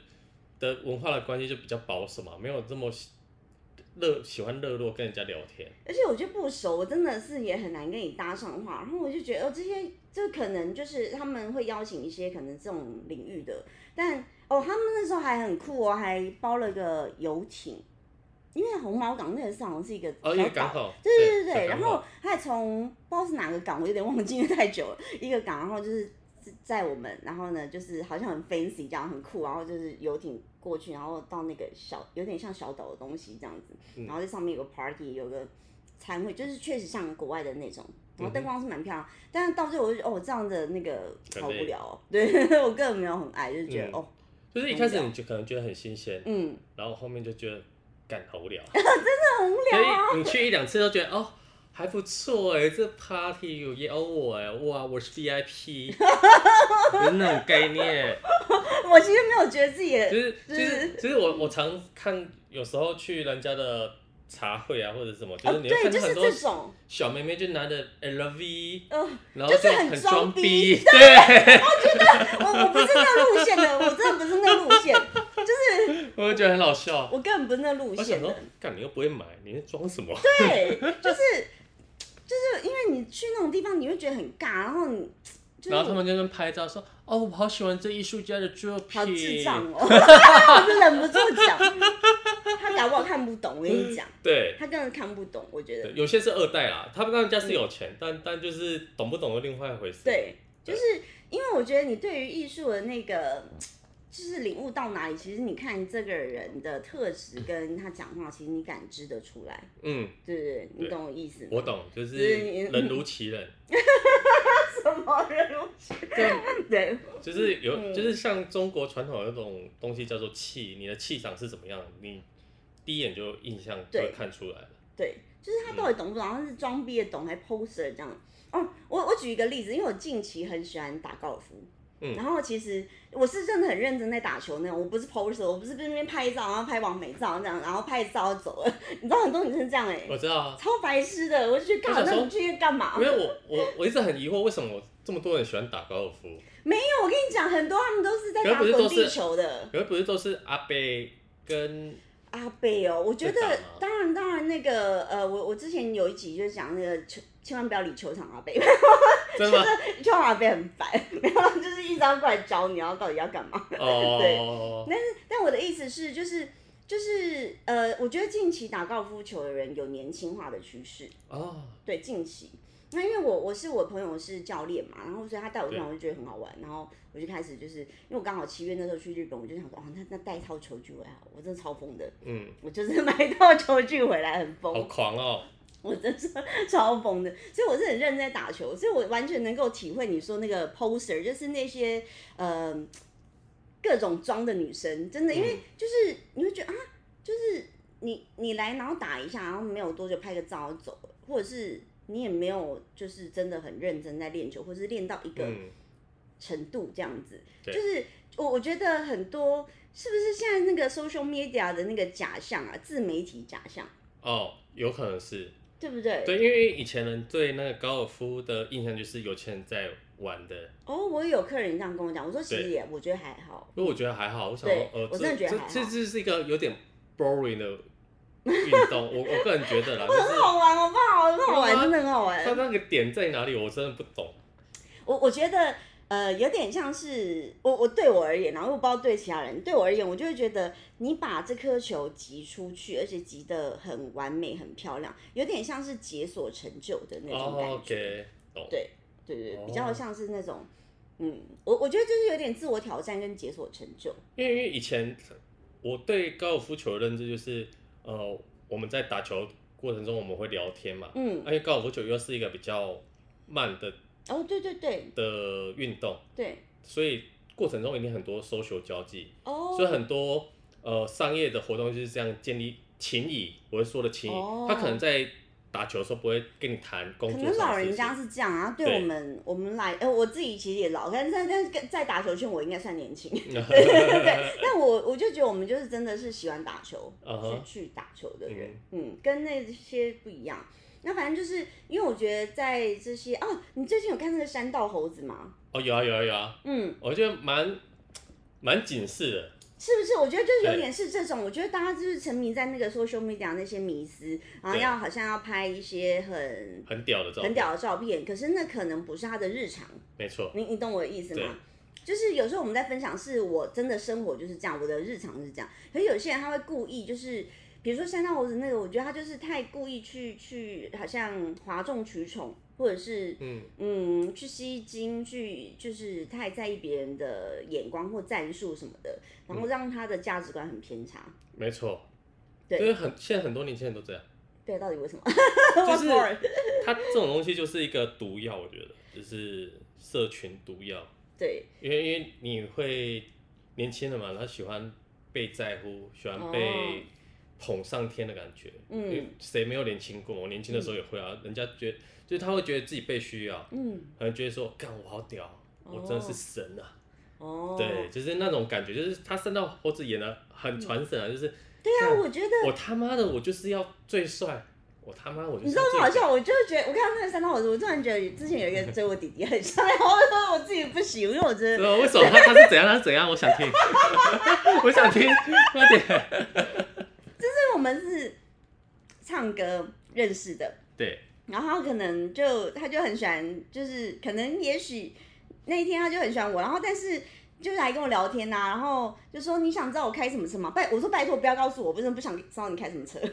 Speaker 2: 的文化的关系就比较保守嘛，没有这么喜热喜欢热络跟人家聊天。
Speaker 1: 而且我觉得不熟，我真的是也很难跟你搭上话。然后我就觉得，哦，这些这可能就是他们会邀请一些可能这种领域的，但哦，他们那时候还很酷哦，还包了个游艇，因为红毛港那个是好像是一个
Speaker 2: 哦，因
Speaker 1: 小
Speaker 2: 为刚
Speaker 1: 岛。
Speaker 2: 好，
Speaker 1: 对对对
Speaker 2: 对
Speaker 1: 对，
Speaker 2: 小
Speaker 1: 然
Speaker 2: 港
Speaker 1: 后
Speaker 2: 口
Speaker 1: 他还从不知道是哪个港，我有点忘记，因为太久了，一个港，然后就是在我们，然后呢，就是好像很 fancy 这样，很酷，然后就是游艇过去，然后到那个小，有点像小岛的东西这样子，
Speaker 2: 嗯
Speaker 1: 然后在上面有个 party，有个餐会，就是确实像国外的那种。
Speaker 2: 嗯
Speaker 1: 然后灯光是蛮漂亮，但是到最后我就觉得哦，这样的那个
Speaker 2: 很
Speaker 1: 好无
Speaker 2: 累
Speaker 1: 聊哦。对 我个人没有很爱，就是觉得、
Speaker 2: 嗯
Speaker 1: 哦，
Speaker 2: 就是一开始你就可能觉得很新鲜，
Speaker 1: 嗯，
Speaker 2: 然后后面就觉得干好无聊。
Speaker 1: 很无
Speaker 2: 所
Speaker 1: 聊啊。
Speaker 2: 以你去一两次都觉得哦还不错哎，这 party 有邀我哎，哇，我 是 VIP，就是那种概念，
Speaker 1: 我其实没有觉得自己的
Speaker 2: 就是就是就是我我常看，有时候去人家的茶会啊或者什么，就
Speaker 1: 哦，
Speaker 2: 是你
Speaker 1: 对，
Speaker 2: 会看
Speaker 1: 就
Speaker 2: 到
Speaker 1: 是
Speaker 2: 很多
Speaker 1: 这种，
Speaker 2: 小妹妹就拿着 LV，
Speaker 1: 嗯、
Speaker 2: 然后很装逼，对，
Speaker 1: 我我不是那路线的，我真的不是那路线，
Speaker 2: 我就觉得很好笑。
Speaker 1: 我根本不是那路
Speaker 2: 我想
Speaker 1: 线
Speaker 2: 说
Speaker 1: 的。，
Speaker 2: 干你又不会买，你在装什么？
Speaker 1: 对，就是就是因为你去那种地方，你会觉得很尬，然后你就是
Speaker 2: 然后他们就在那边拍照说，哦，我好喜欢这艺术家的作品，
Speaker 1: 好智障哦， 我就忍不住讲，他搞不好看不懂，我跟你讲，
Speaker 2: 对，
Speaker 1: 他根本看不懂，我觉得
Speaker 2: 对，有些是二代啦，他们当然家是有钱，但但就是懂不懂的另外一回事。
Speaker 1: 对，就是因为我觉得你对于艺术的那个。就是领悟到哪里，其实你看这个人的特质跟他讲话，其实你感知得出来，
Speaker 2: 嗯，
Speaker 1: 对不对？你
Speaker 2: 对
Speaker 1: 懂我意思吗？
Speaker 2: 我懂，就
Speaker 1: 就是
Speaker 2: 是
Speaker 1: 你
Speaker 2: 人如其人，
Speaker 1: 什么人物？对，
Speaker 2: 就是有，
Speaker 1: 嗯
Speaker 2: 就是像中国传统有一种东西叫做气，你的气场是怎么样，你第一眼就印象就
Speaker 1: 对
Speaker 2: 会看出来了。
Speaker 1: 对，就是他到底懂不
Speaker 2: 嗯
Speaker 1: 懂？他是装逼的懂，还 poser 这样。哦，我我举一个例子，因为我近期很喜欢打高尔夫。
Speaker 2: 嗯
Speaker 1: 然后其实我是真的很认真在打球那种，我不是 poser，我不是在那边拍照，然后拍完美照这样，然后拍照就走了。 你知道很多女生这样哎、
Speaker 2: 我知道啊，
Speaker 1: 超白痴的，我就觉得干，
Speaker 2: 我想
Speaker 1: 那
Speaker 2: 说
Speaker 1: 你去干嘛？
Speaker 2: 因为我我我一直很疑惑，为什么这么多人喜欢打高尔夫？
Speaker 1: 没有，我跟你讲，很多他们都是在
Speaker 2: 可是
Speaker 1: 打
Speaker 2: 不是
Speaker 1: 滚
Speaker 2: 都是
Speaker 1: 地球的。
Speaker 2: 可是不是都是阿贝跟
Speaker 1: 阿贝哦，我觉得
Speaker 2: 会打吗
Speaker 1: 当然当然那个呃，我我之前有一集就讲那个球，千万不要理球场阿贝，
Speaker 2: 真的吗？
Speaker 1: 球场阿贝很烦， 没有啦，就是一直要过来找你，然后到底要干嘛？
Speaker 2: 哦，
Speaker 1: 但我的意思是，就是就是呃，我觉得近期打高尔夫球的人有年轻化的趋势，
Speaker 2: 哦，
Speaker 1: 对，近期。那因为我我是我朋友是教练嘛，然后所以他带我去玩，我就觉得很好玩，然后我就开始就是因为我刚好七月那时候去日本，我就想说哦，那那带一套球具回来好了，我真的超疯的，
Speaker 2: 嗯，
Speaker 1: 我就是 买一套球具回来很疯，
Speaker 2: 好狂哦，
Speaker 1: 我真是 超疯的，所以我是很认真在打球，所以我完全能够体会你说那个 poser，就是那些呃各种装的女生，真的，因
Speaker 2: 嗯
Speaker 1: 为就是你会觉得啊，就是你你来然后打一下，然后没有多久拍个照就走了，或者是你也没有就是真的很认真在练球，或是练到一个
Speaker 2: 嗯，
Speaker 1: 程度这样子。
Speaker 2: 对
Speaker 1: 就是我我觉得很多是不是现在那个 social media 的那个假象啊，自媒体假象，
Speaker 2: 哦，有可能是，
Speaker 1: 对不对？
Speaker 2: 对，因为以前人对那个高尔夫的印象就是有钱人在玩的，
Speaker 1: 哦，我也有客人这样跟我讲，我说其实
Speaker 2: 对
Speaker 1: 也我觉得还好，
Speaker 2: 因为我觉得还好，我想
Speaker 1: 对
Speaker 2: 说，呃，
Speaker 1: 我
Speaker 2: 这
Speaker 1: 真的觉得还好
Speaker 2: 这这这是一个有点 boring 的运动，我 我个人觉得啦，啊就是
Speaker 1: 很好玩，好不好？很好玩，
Speaker 2: 对啊
Speaker 1: 真的很好
Speaker 2: 它
Speaker 1: 玩。
Speaker 2: 那个点在哪里，我真的不懂。
Speaker 1: 我我觉得呃，有点像是我我对我而言，然后我不知道对其他人，对我而言，我就会觉得你把这颗球集出去，而且集得很完美、很漂亮，有点像是解锁成就的那种感
Speaker 2: 哦
Speaker 1: 觉。
Speaker 2: ，OK，懂。
Speaker 1: 对对对，比
Speaker 2: 哦
Speaker 1: 较像是那种。嗯，我我觉得就是有点自我挑战跟解锁成就，
Speaker 2: 因为因为以前我对高尔夫球的认知就是，呃，我们在打球过程中我们会聊天嘛，
Speaker 1: 嗯，
Speaker 2: 而且高尔夫球又是一个比较慢的
Speaker 1: 哦，对对对
Speaker 2: 的运动，
Speaker 1: 对，
Speaker 2: 所以过程中一定很多 social 交际，
Speaker 1: 哦，
Speaker 2: 所以很多呃商业的活动就是这样建立情谊。我会说的情谊，
Speaker 1: 哦
Speaker 2: 他可能在打球的时候不会跟你谈工
Speaker 1: 可
Speaker 2: 作
Speaker 1: 能
Speaker 2: 上
Speaker 1: 老
Speaker 2: 的事
Speaker 1: 人
Speaker 2: 情
Speaker 1: 家。是这样啊，对
Speaker 2: 对
Speaker 1: 我们我们来，呃，我自己其实也老，但是但是在打球圈我应该算年轻， 对，但我我就觉得我们就是真的是喜欢打球
Speaker 2: 嗯哼
Speaker 1: 是去打球的人，嗯，跟那些不一样。那反正就是因为我觉得在这些哦，你最近有看那个山道猴子吗？
Speaker 2: 哦，有啊有啊有啊，
Speaker 1: 嗯，
Speaker 2: 我觉得蛮蛮警示的。
Speaker 1: 是不是？我觉得就是有
Speaker 2: 对
Speaker 1: 点是这种，我觉得大家就是沉迷在那个 social media 那些迷思，然后
Speaker 2: 对
Speaker 1: 要好像要拍一些很
Speaker 2: 很屌的照片，
Speaker 1: 很，屌的照片，可是那可能不是他的日常。
Speaker 2: 没错，
Speaker 1: 你你懂我的意思
Speaker 2: 对
Speaker 1: 吗？就是有时候我们在分享，是我真的生活就是这样，我的日常是这样。可是有些人他会故意，就是比如说山上猴子那个，我觉得他就是太故意去去，好像哗众取宠，或者是
Speaker 2: 嗯，
Speaker 1: 嗯去吸睛，去就是太在意别人的眼光或战术什么的，然
Speaker 2: 嗯
Speaker 1: 后让他的价值观很偏差。
Speaker 2: 没错，
Speaker 1: 对
Speaker 2: 因为很现在很多年轻人都 这样，
Speaker 1: 对，到底为什么？
Speaker 2: 就
Speaker 1: What's more？
Speaker 2: 是它这种东西就是一个毒药，我觉得就是社群毒药，
Speaker 1: 对，
Speaker 2: 因为因为你会年轻人嘛，他喜欢被在乎，喜欢被
Speaker 1: 哦
Speaker 2: 捧上天的感觉，因为
Speaker 1: 嗯
Speaker 2: 谁没有年轻过？我年轻的时候也会啊，人家觉得就是他会觉得自己被需要，
Speaker 1: 嗯，
Speaker 2: 可能觉得说，干我好屌，啊我真的是神啊，
Speaker 1: 哦，
Speaker 2: 对，就是那种感觉，就是他伸到猴子演的很传神啊，就是。
Speaker 1: 对啊，
Speaker 2: 干
Speaker 1: 我觉得
Speaker 2: 我他妈的，我就是要最帅，我他妈我就是
Speaker 1: 你知道
Speaker 2: 要
Speaker 1: 很
Speaker 2: 最
Speaker 1: 好笑，我就是觉得我看到那个三道猴子，我突然觉得之前有一个追我弟弟很像， 然后我说我自己不行，因为我觉
Speaker 2: 对
Speaker 1: 得
Speaker 2: 啊为什么他他是怎样？他是怎样？我想听， 我想听， 快点。
Speaker 1: 就是我们是唱歌认识的，
Speaker 2: 对，
Speaker 1: 然后他可能就他就很喜欢，就是可能也许那一天他就很喜欢我，然后但是。就来跟我聊天呐、然后就说你想知道我开什么车吗？拜，我说拜托不要告诉我，我真的不想知道你开什么车。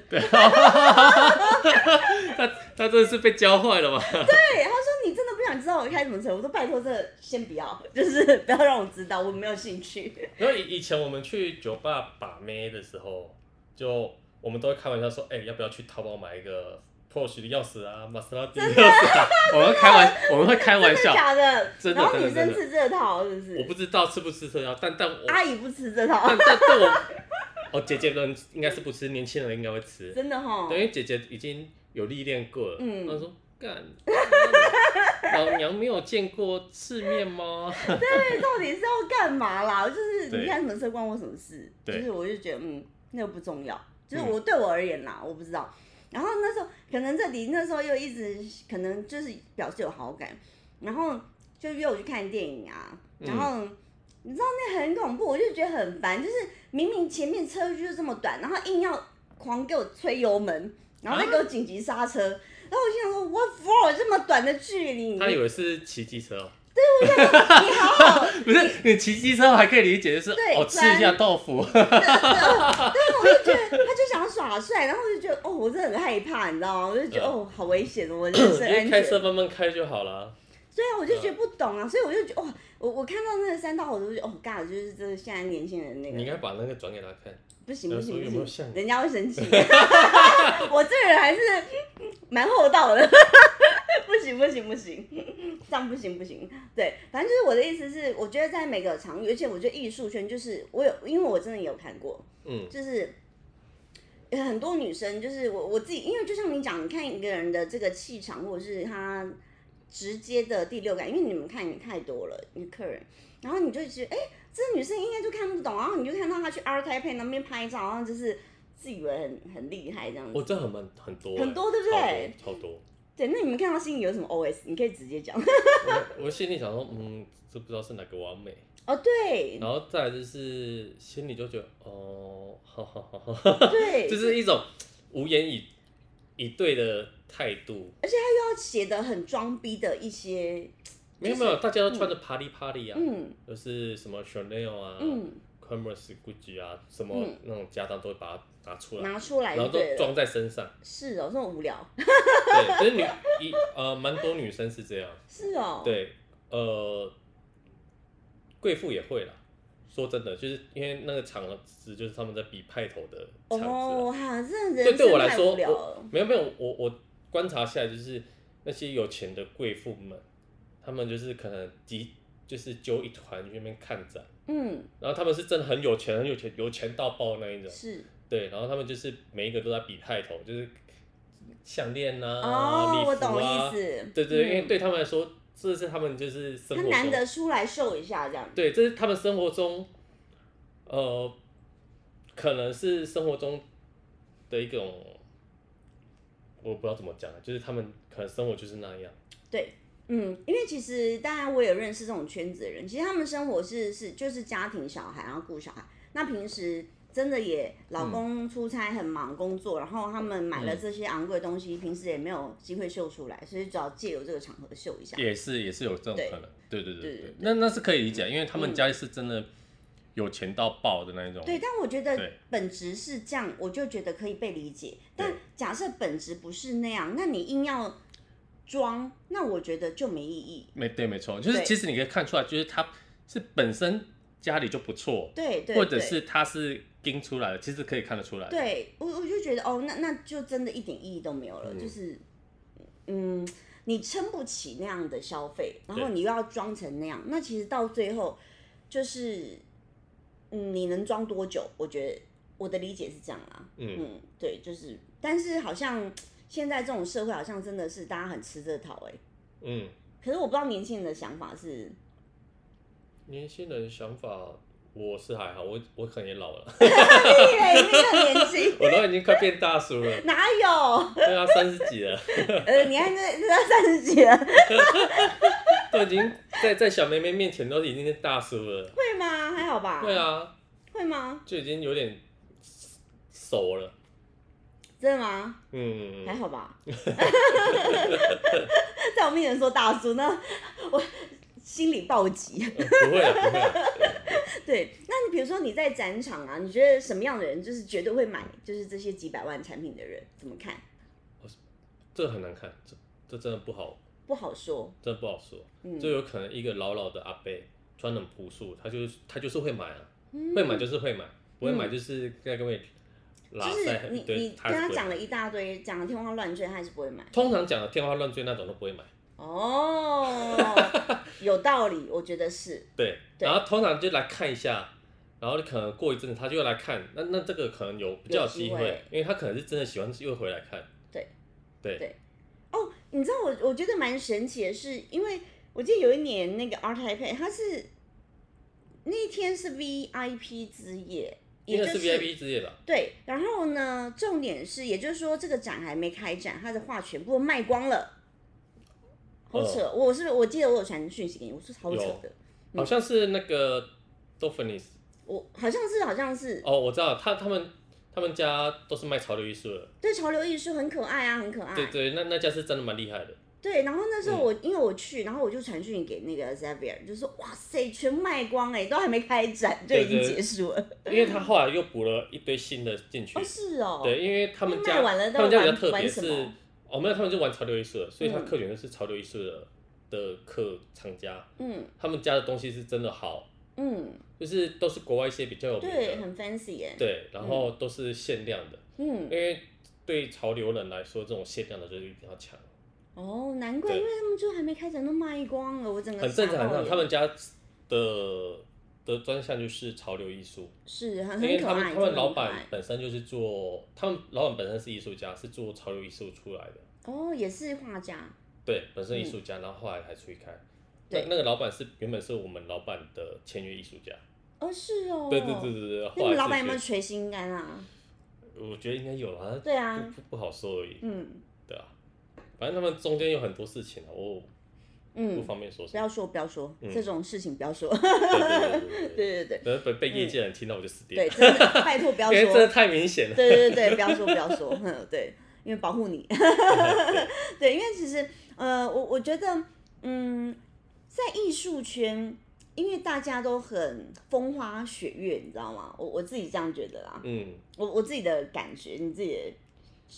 Speaker 2: 他他真的是被教坏了吗？
Speaker 1: 对，他说你真的不想知道我开什么车，我说拜托这先不要，就是不要让我知道，我没有兴趣。
Speaker 2: 然后以以前我们去酒吧把妹的时候，就我们都会开玩笑说，哎、要不要去淘宝买一个 Porsche 的钥匙啊，玛莎拉蒂的钥匙啊？我们会开玩，我们会开玩
Speaker 1: 真的
Speaker 2: 笑。
Speaker 1: 假的？
Speaker 2: 真的
Speaker 1: 然后
Speaker 2: 真的
Speaker 1: 女生
Speaker 2: 真的
Speaker 1: 吃这套是不
Speaker 2: 我
Speaker 1: 是？
Speaker 2: 不知道吃不吃车钥，但但我
Speaker 1: 阿姨不吃这套，
Speaker 2: 但但但我，哦，姐姐们应该是不吃，年轻人应该会吃。
Speaker 1: 真的哈。
Speaker 2: 对，因为姐姐已经有历练过了。
Speaker 1: 嗯
Speaker 2: 她 说干，老娘没有见过世面吗？
Speaker 1: 对，到底是要干嘛啦？就是你
Speaker 2: 对
Speaker 1: 看什么车关我什么事？就
Speaker 2: 对
Speaker 1: 是我就觉得嗯，那个不重要。就是
Speaker 2: 嗯
Speaker 1: 我对我而言啦，我不知道。然后那时候可能这里那时候又一直可能
Speaker 2: 嗯
Speaker 1: 就是表示有好感，然后就约我去看电影啊，然后。你知道那很恐怖，我就觉得很烦，就是明明前面车距就这么短，然后硬要狂给我催油门，然后
Speaker 2: 啊
Speaker 1: 再给我紧急刹车，然后我心想说，What for 这么短的距离？
Speaker 2: 他以为是骑机车哦、
Speaker 1: 你好好，
Speaker 2: 不是你骑机车还可以理解，就是
Speaker 1: 对
Speaker 2: 哦吃一下豆腐，
Speaker 1: 对，我就觉得他就想耍帅，然后我就觉得哦，我真的很害怕，你知道吗？我就觉得
Speaker 2: 嗯
Speaker 1: 哦，好危险哦，我人
Speaker 2: 因
Speaker 1: 身
Speaker 2: 为
Speaker 1: 安
Speaker 2: 开
Speaker 1: 全。
Speaker 2: 车嗯慢慢开就好了。
Speaker 1: 对啊，我就觉得不懂啊，所以我就觉得哇，我我看到那个三道我都觉得哦，尬，就是这现在年轻人那
Speaker 2: 你应
Speaker 1: 个
Speaker 2: 该把那个转给他看，
Speaker 1: 不行不
Speaker 2: 呃所以
Speaker 1: 行
Speaker 2: 有没
Speaker 1: 不
Speaker 2: 有
Speaker 1: 行
Speaker 2: 像，
Speaker 1: 人家会 生气。我这个人还是蛮厚道的， 不行不行不行，这样不行不行。对，反正就是我的意思是，我觉得在每个场域，而且我觉得艺术圈就是我有，因为我真的有看过，
Speaker 2: 嗯，
Speaker 1: 就是呃很多女生，就是我我自己，因为就像你讲，你看一个人的这个气场，或者是他直接的第六感，因为你们看你太多了，你客人，然后你就觉得，哎、这女生应该就看不懂，然后你就看到她去 R Taipei 那边拍照，然后就是自以为很很厉害这样
Speaker 2: 我
Speaker 1: 子。
Speaker 2: 这很蛮很多欸，
Speaker 1: 很多对不对
Speaker 2: 超多？超多。
Speaker 1: 对，那你们看到心里有什么 OS？你可以直接讲。
Speaker 2: 我我心里想说，嗯，这不知道是哪个完美，
Speaker 1: 哦，对
Speaker 2: 然后再来就是心里就觉得，哦，好好好好，
Speaker 1: 对，
Speaker 2: 就是一种无言以以对的态度。
Speaker 1: 要写的很装逼的一些，
Speaker 2: 没有
Speaker 1: 就是
Speaker 2: 没有，大家都穿的啪里啪里啊，
Speaker 1: 嗯
Speaker 2: 就是什么 Chanel 啊、
Speaker 1: 嗯，
Speaker 2: Converse、Gucci 啊，什么
Speaker 1: 嗯
Speaker 2: 那种家当都会把它拿啊出来，
Speaker 1: 拿出来
Speaker 2: 然后
Speaker 1: 就
Speaker 2: 都
Speaker 1: 对了。
Speaker 2: 装在身上。
Speaker 1: 是哦，这么无聊。
Speaker 2: 对，可是女一呃，蛮多女生是这样。
Speaker 1: 是哦。。
Speaker 2: 对，呃，贵妇也会啦。说真的，就是因为那个场子就是他们在比派头的场子、啊。
Speaker 1: 哦，哈，这人
Speaker 2: 对，对
Speaker 1: 生
Speaker 2: 我来
Speaker 1: 太
Speaker 2: 说，
Speaker 1: 无聊了
Speaker 2: 我没有没有，我我观察下来就是那些有钱的贵妇们，他们就是可能集就是揪一团去那边看展，
Speaker 1: 嗯，
Speaker 2: 然后他们是真的很有钱，很有钱，有钱到爆那一种。
Speaker 1: 是
Speaker 2: 对，啊然后他们就是每一个都在比派头，就是项链啊、
Speaker 1: 哦，我
Speaker 2: 礼服
Speaker 1: 懂
Speaker 2: 啊
Speaker 1: 意，思。
Speaker 2: 对对，因为
Speaker 1: 嗯
Speaker 2: 对他们来说，这是他们就是生
Speaker 1: 他
Speaker 2: 活
Speaker 1: 难
Speaker 2: 中，
Speaker 1: 得出来秀一下这样。
Speaker 2: 对，这是他们生活中，呃，可能是生活中的一种，我不知道怎么讲，啊就是他们可能生活就是那样，
Speaker 1: 对，嗯，因为其实当然我有认识这种圈子的人，其实他们生活是是就是家庭小孩，然后顾小孩。那平时真的也
Speaker 2: 嗯
Speaker 1: 老公出差很忙工作，然后他们买了这些昂贵的东西，平时也没有机会秀出来，所以只好借由这个场合秀一下。
Speaker 2: 也是也是有这种
Speaker 1: 对
Speaker 2: 可能，对对
Speaker 1: 对
Speaker 2: 对
Speaker 1: 对对嗯
Speaker 2: 对，那那是可以理解，因为他们家是真的有钱到爆的那一种，
Speaker 1: 对，但我觉得
Speaker 2: 对
Speaker 1: 本质是这样，我就觉得可以被理解。但
Speaker 2: 对
Speaker 1: 假设本质不是那样，那你硬要装，那我觉得就没意义。
Speaker 2: 没对没错，就是
Speaker 1: 对
Speaker 2: 其实你可以看出来，就是他是本身家里就不错，
Speaker 1: 对对，
Speaker 2: 或者
Speaker 1: 对
Speaker 2: 是他是盯出来的，其实可以看得出来的。
Speaker 1: 对我我就觉得哦，那那就真的一点意义都没有了，就是嗯，你撑不起那样的消费，然后
Speaker 2: 对
Speaker 1: 你又要装成那样，那其实到最后就是嗯，你能装多久？我觉得我的理解是这样啦。
Speaker 2: 嗯
Speaker 1: 嗯，对，就是，但是好像现在这种社会好像真的是大家很吃这套哎、
Speaker 2: 嗯，
Speaker 1: 可是我不知道年轻人的想法是，
Speaker 2: 年轻人想法我是还好，我我可能也老了，
Speaker 1: 对，那个年轻
Speaker 2: 我都已经快变大叔了，
Speaker 1: 哪有？
Speaker 2: 对啊，三十几了，
Speaker 1: 呃，你看这这到三十几了，
Speaker 2: 都已经在在小妹妹面前都已经是大叔了。
Speaker 1: 会吗？还好吧。
Speaker 2: 对。啊，
Speaker 1: 会吗？
Speaker 2: 就已经有点熟了。
Speaker 1: 真的吗？
Speaker 2: 嗯，
Speaker 1: 还好 吧。在我面前说大叔，那我心里暴击。
Speaker 2: 呃不会了，不会了。
Speaker 1: 对，那你比如说你在展场啊，你觉得什么样的人就是绝对会买，就是这些几百万产品的人，怎么看？
Speaker 2: 这很难看，这这真的不好，
Speaker 1: 不好说。
Speaker 2: 真的不好说。
Speaker 1: 嗯
Speaker 2: 就有可能一个老老的阿伯穿得很朴素，他就是他就是会买啊，
Speaker 1: 嗯
Speaker 2: 会买就是会买，不会买就是在跟我拉
Speaker 1: 就是
Speaker 2: 塞
Speaker 1: 你
Speaker 2: 一堆，
Speaker 1: 你跟他
Speaker 2: 不会
Speaker 1: 讲
Speaker 2: 买
Speaker 1: 了一大堆，讲的天花乱坠，他还是不会买。
Speaker 2: 通常讲的天花乱坠那种都不会买，
Speaker 1: 哦，有道理，我觉得是。
Speaker 2: 对，
Speaker 1: 对
Speaker 2: 然后通常就来看一下，然后可能过一阵子他就会来看，那那这个可能有比较有机
Speaker 1: 有机会
Speaker 2: 因为他可能是真的喜欢又回来看，
Speaker 1: 对，
Speaker 2: 对，
Speaker 1: 对哦，你知道我我觉得蛮神奇的是，因为我记得有一年那个 Art Taipei，它是那一天是 VIP 之夜，也
Speaker 2: 应
Speaker 1: 就
Speaker 2: 该是 VIP 之夜吧，
Speaker 1: 对，然后呢，重点是，也就是说这个展还没开展，它的画全部卖光了，
Speaker 2: 哦
Speaker 1: 好扯！我是我记得我有传讯息给你，我说超扯的，
Speaker 2: 好像是那个 Dolphins
Speaker 1: 我好像是好像是，
Speaker 2: 哦，我知道，他他们他们家都是卖潮流艺术的，
Speaker 1: 对潮流艺术很可爱啊，很可爱。
Speaker 2: 对嗯对，那那家是真的蛮厉害的。
Speaker 1: 对，然后那时候我、因为我去，然后我就传讯给那个 Xavier，就说哇塞，全卖光哎、都还没开展就已经
Speaker 2: 对对
Speaker 1: 结束了。
Speaker 2: 因为他后来又补了一堆新的进去
Speaker 1: 哦，。是哦，
Speaker 2: 对，因为他们
Speaker 1: 卖
Speaker 2: 家
Speaker 1: 完了都
Speaker 2: 他们家比较
Speaker 1: 玩
Speaker 2: 特别
Speaker 1: 玩什
Speaker 2: 是
Speaker 1: 么，
Speaker 2: 哦没有，他们就玩潮流艺术的，所以他
Speaker 1: 嗯
Speaker 2: 客源就是潮流艺术的的客厂家，
Speaker 1: 嗯
Speaker 2: 他们家的东西是真的好，
Speaker 1: 嗯，
Speaker 2: 就是都是国外一些比较有名
Speaker 1: 对，
Speaker 2: 的，
Speaker 1: 很 fancy 哎、
Speaker 2: 对，然后都是限量的，
Speaker 1: 嗯
Speaker 2: 因，为对潮流人来说，这种限量的就是一定要抢，
Speaker 1: 哦，难怪，
Speaker 2: 对
Speaker 1: 因为他们就还没开展都卖光了，我整个
Speaker 2: 很正常，
Speaker 1: 吓
Speaker 2: 很
Speaker 1: 到
Speaker 2: 正常。
Speaker 1: 了
Speaker 2: 他们家的的专项就是潮流艺术，
Speaker 1: 是很
Speaker 2: 因为
Speaker 1: 很可
Speaker 2: 他
Speaker 1: 爱，
Speaker 2: 们
Speaker 1: 真的
Speaker 2: 他们
Speaker 1: 很
Speaker 2: 老
Speaker 1: 可
Speaker 2: 板
Speaker 1: 爱
Speaker 2: 本身就是做，他们老板本身是艺术家，是做潮流艺术出来的。
Speaker 1: 哦也是画家，
Speaker 2: 对，本身艺术家，然后后来还出去开。
Speaker 1: 嗯
Speaker 2: 那
Speaker 1: 对
Speaker 2: 那个老板是原本是我们老板的签约艺术家，
Speaker 1: 哦是哦，
Speaker 2: 对对对对对。
Speaker 1: 那你
Speaker 2: 后
Speaker 1: 们
Speaker 2: 来
Speaker 1: 老板有
Speaker 2: 是
Speaker 1: 没有
Speaker 2: 去
Speaker 1: 捶心肝啊？
Speaker 2: 我觉得应该有啊，
Speaker 1: 对啊，
Speaker 2: 不不不好说而已，
Speaker 1: 嗯
Speaker 2: 对啊。反正他们中间有很多事情啊，我不
Speaker 1: 嗯，
Speaker 2: 方便说
Speaker 1: 不
Speaker 2: 什么。
Speaker 1: 要说不要说、
Speaker 2: 嗯
Speaker 1: 这种事情，不要说，
Speaker 2: 对对对对对。
Speaker 1: 对对对
Speaker 2: 然后被被业界人听到我就死定了
Speaker 1: 对，，真的拜托不 要
Speaker 2: 因为真的
Speaker 1: 说，
Speaker 2: 太明显了。
Speaker 1: 对对对，不要说不要说，哼对，因为保护你， 对，因为其实呃，我我觉得，嗯，在艺术圈，因为大家都很风花雪月，你知道吗？我我自己这样觉得啦，
Speaker 2: 嗯，
Speaker 1: 我我自己的感觉，你自己的，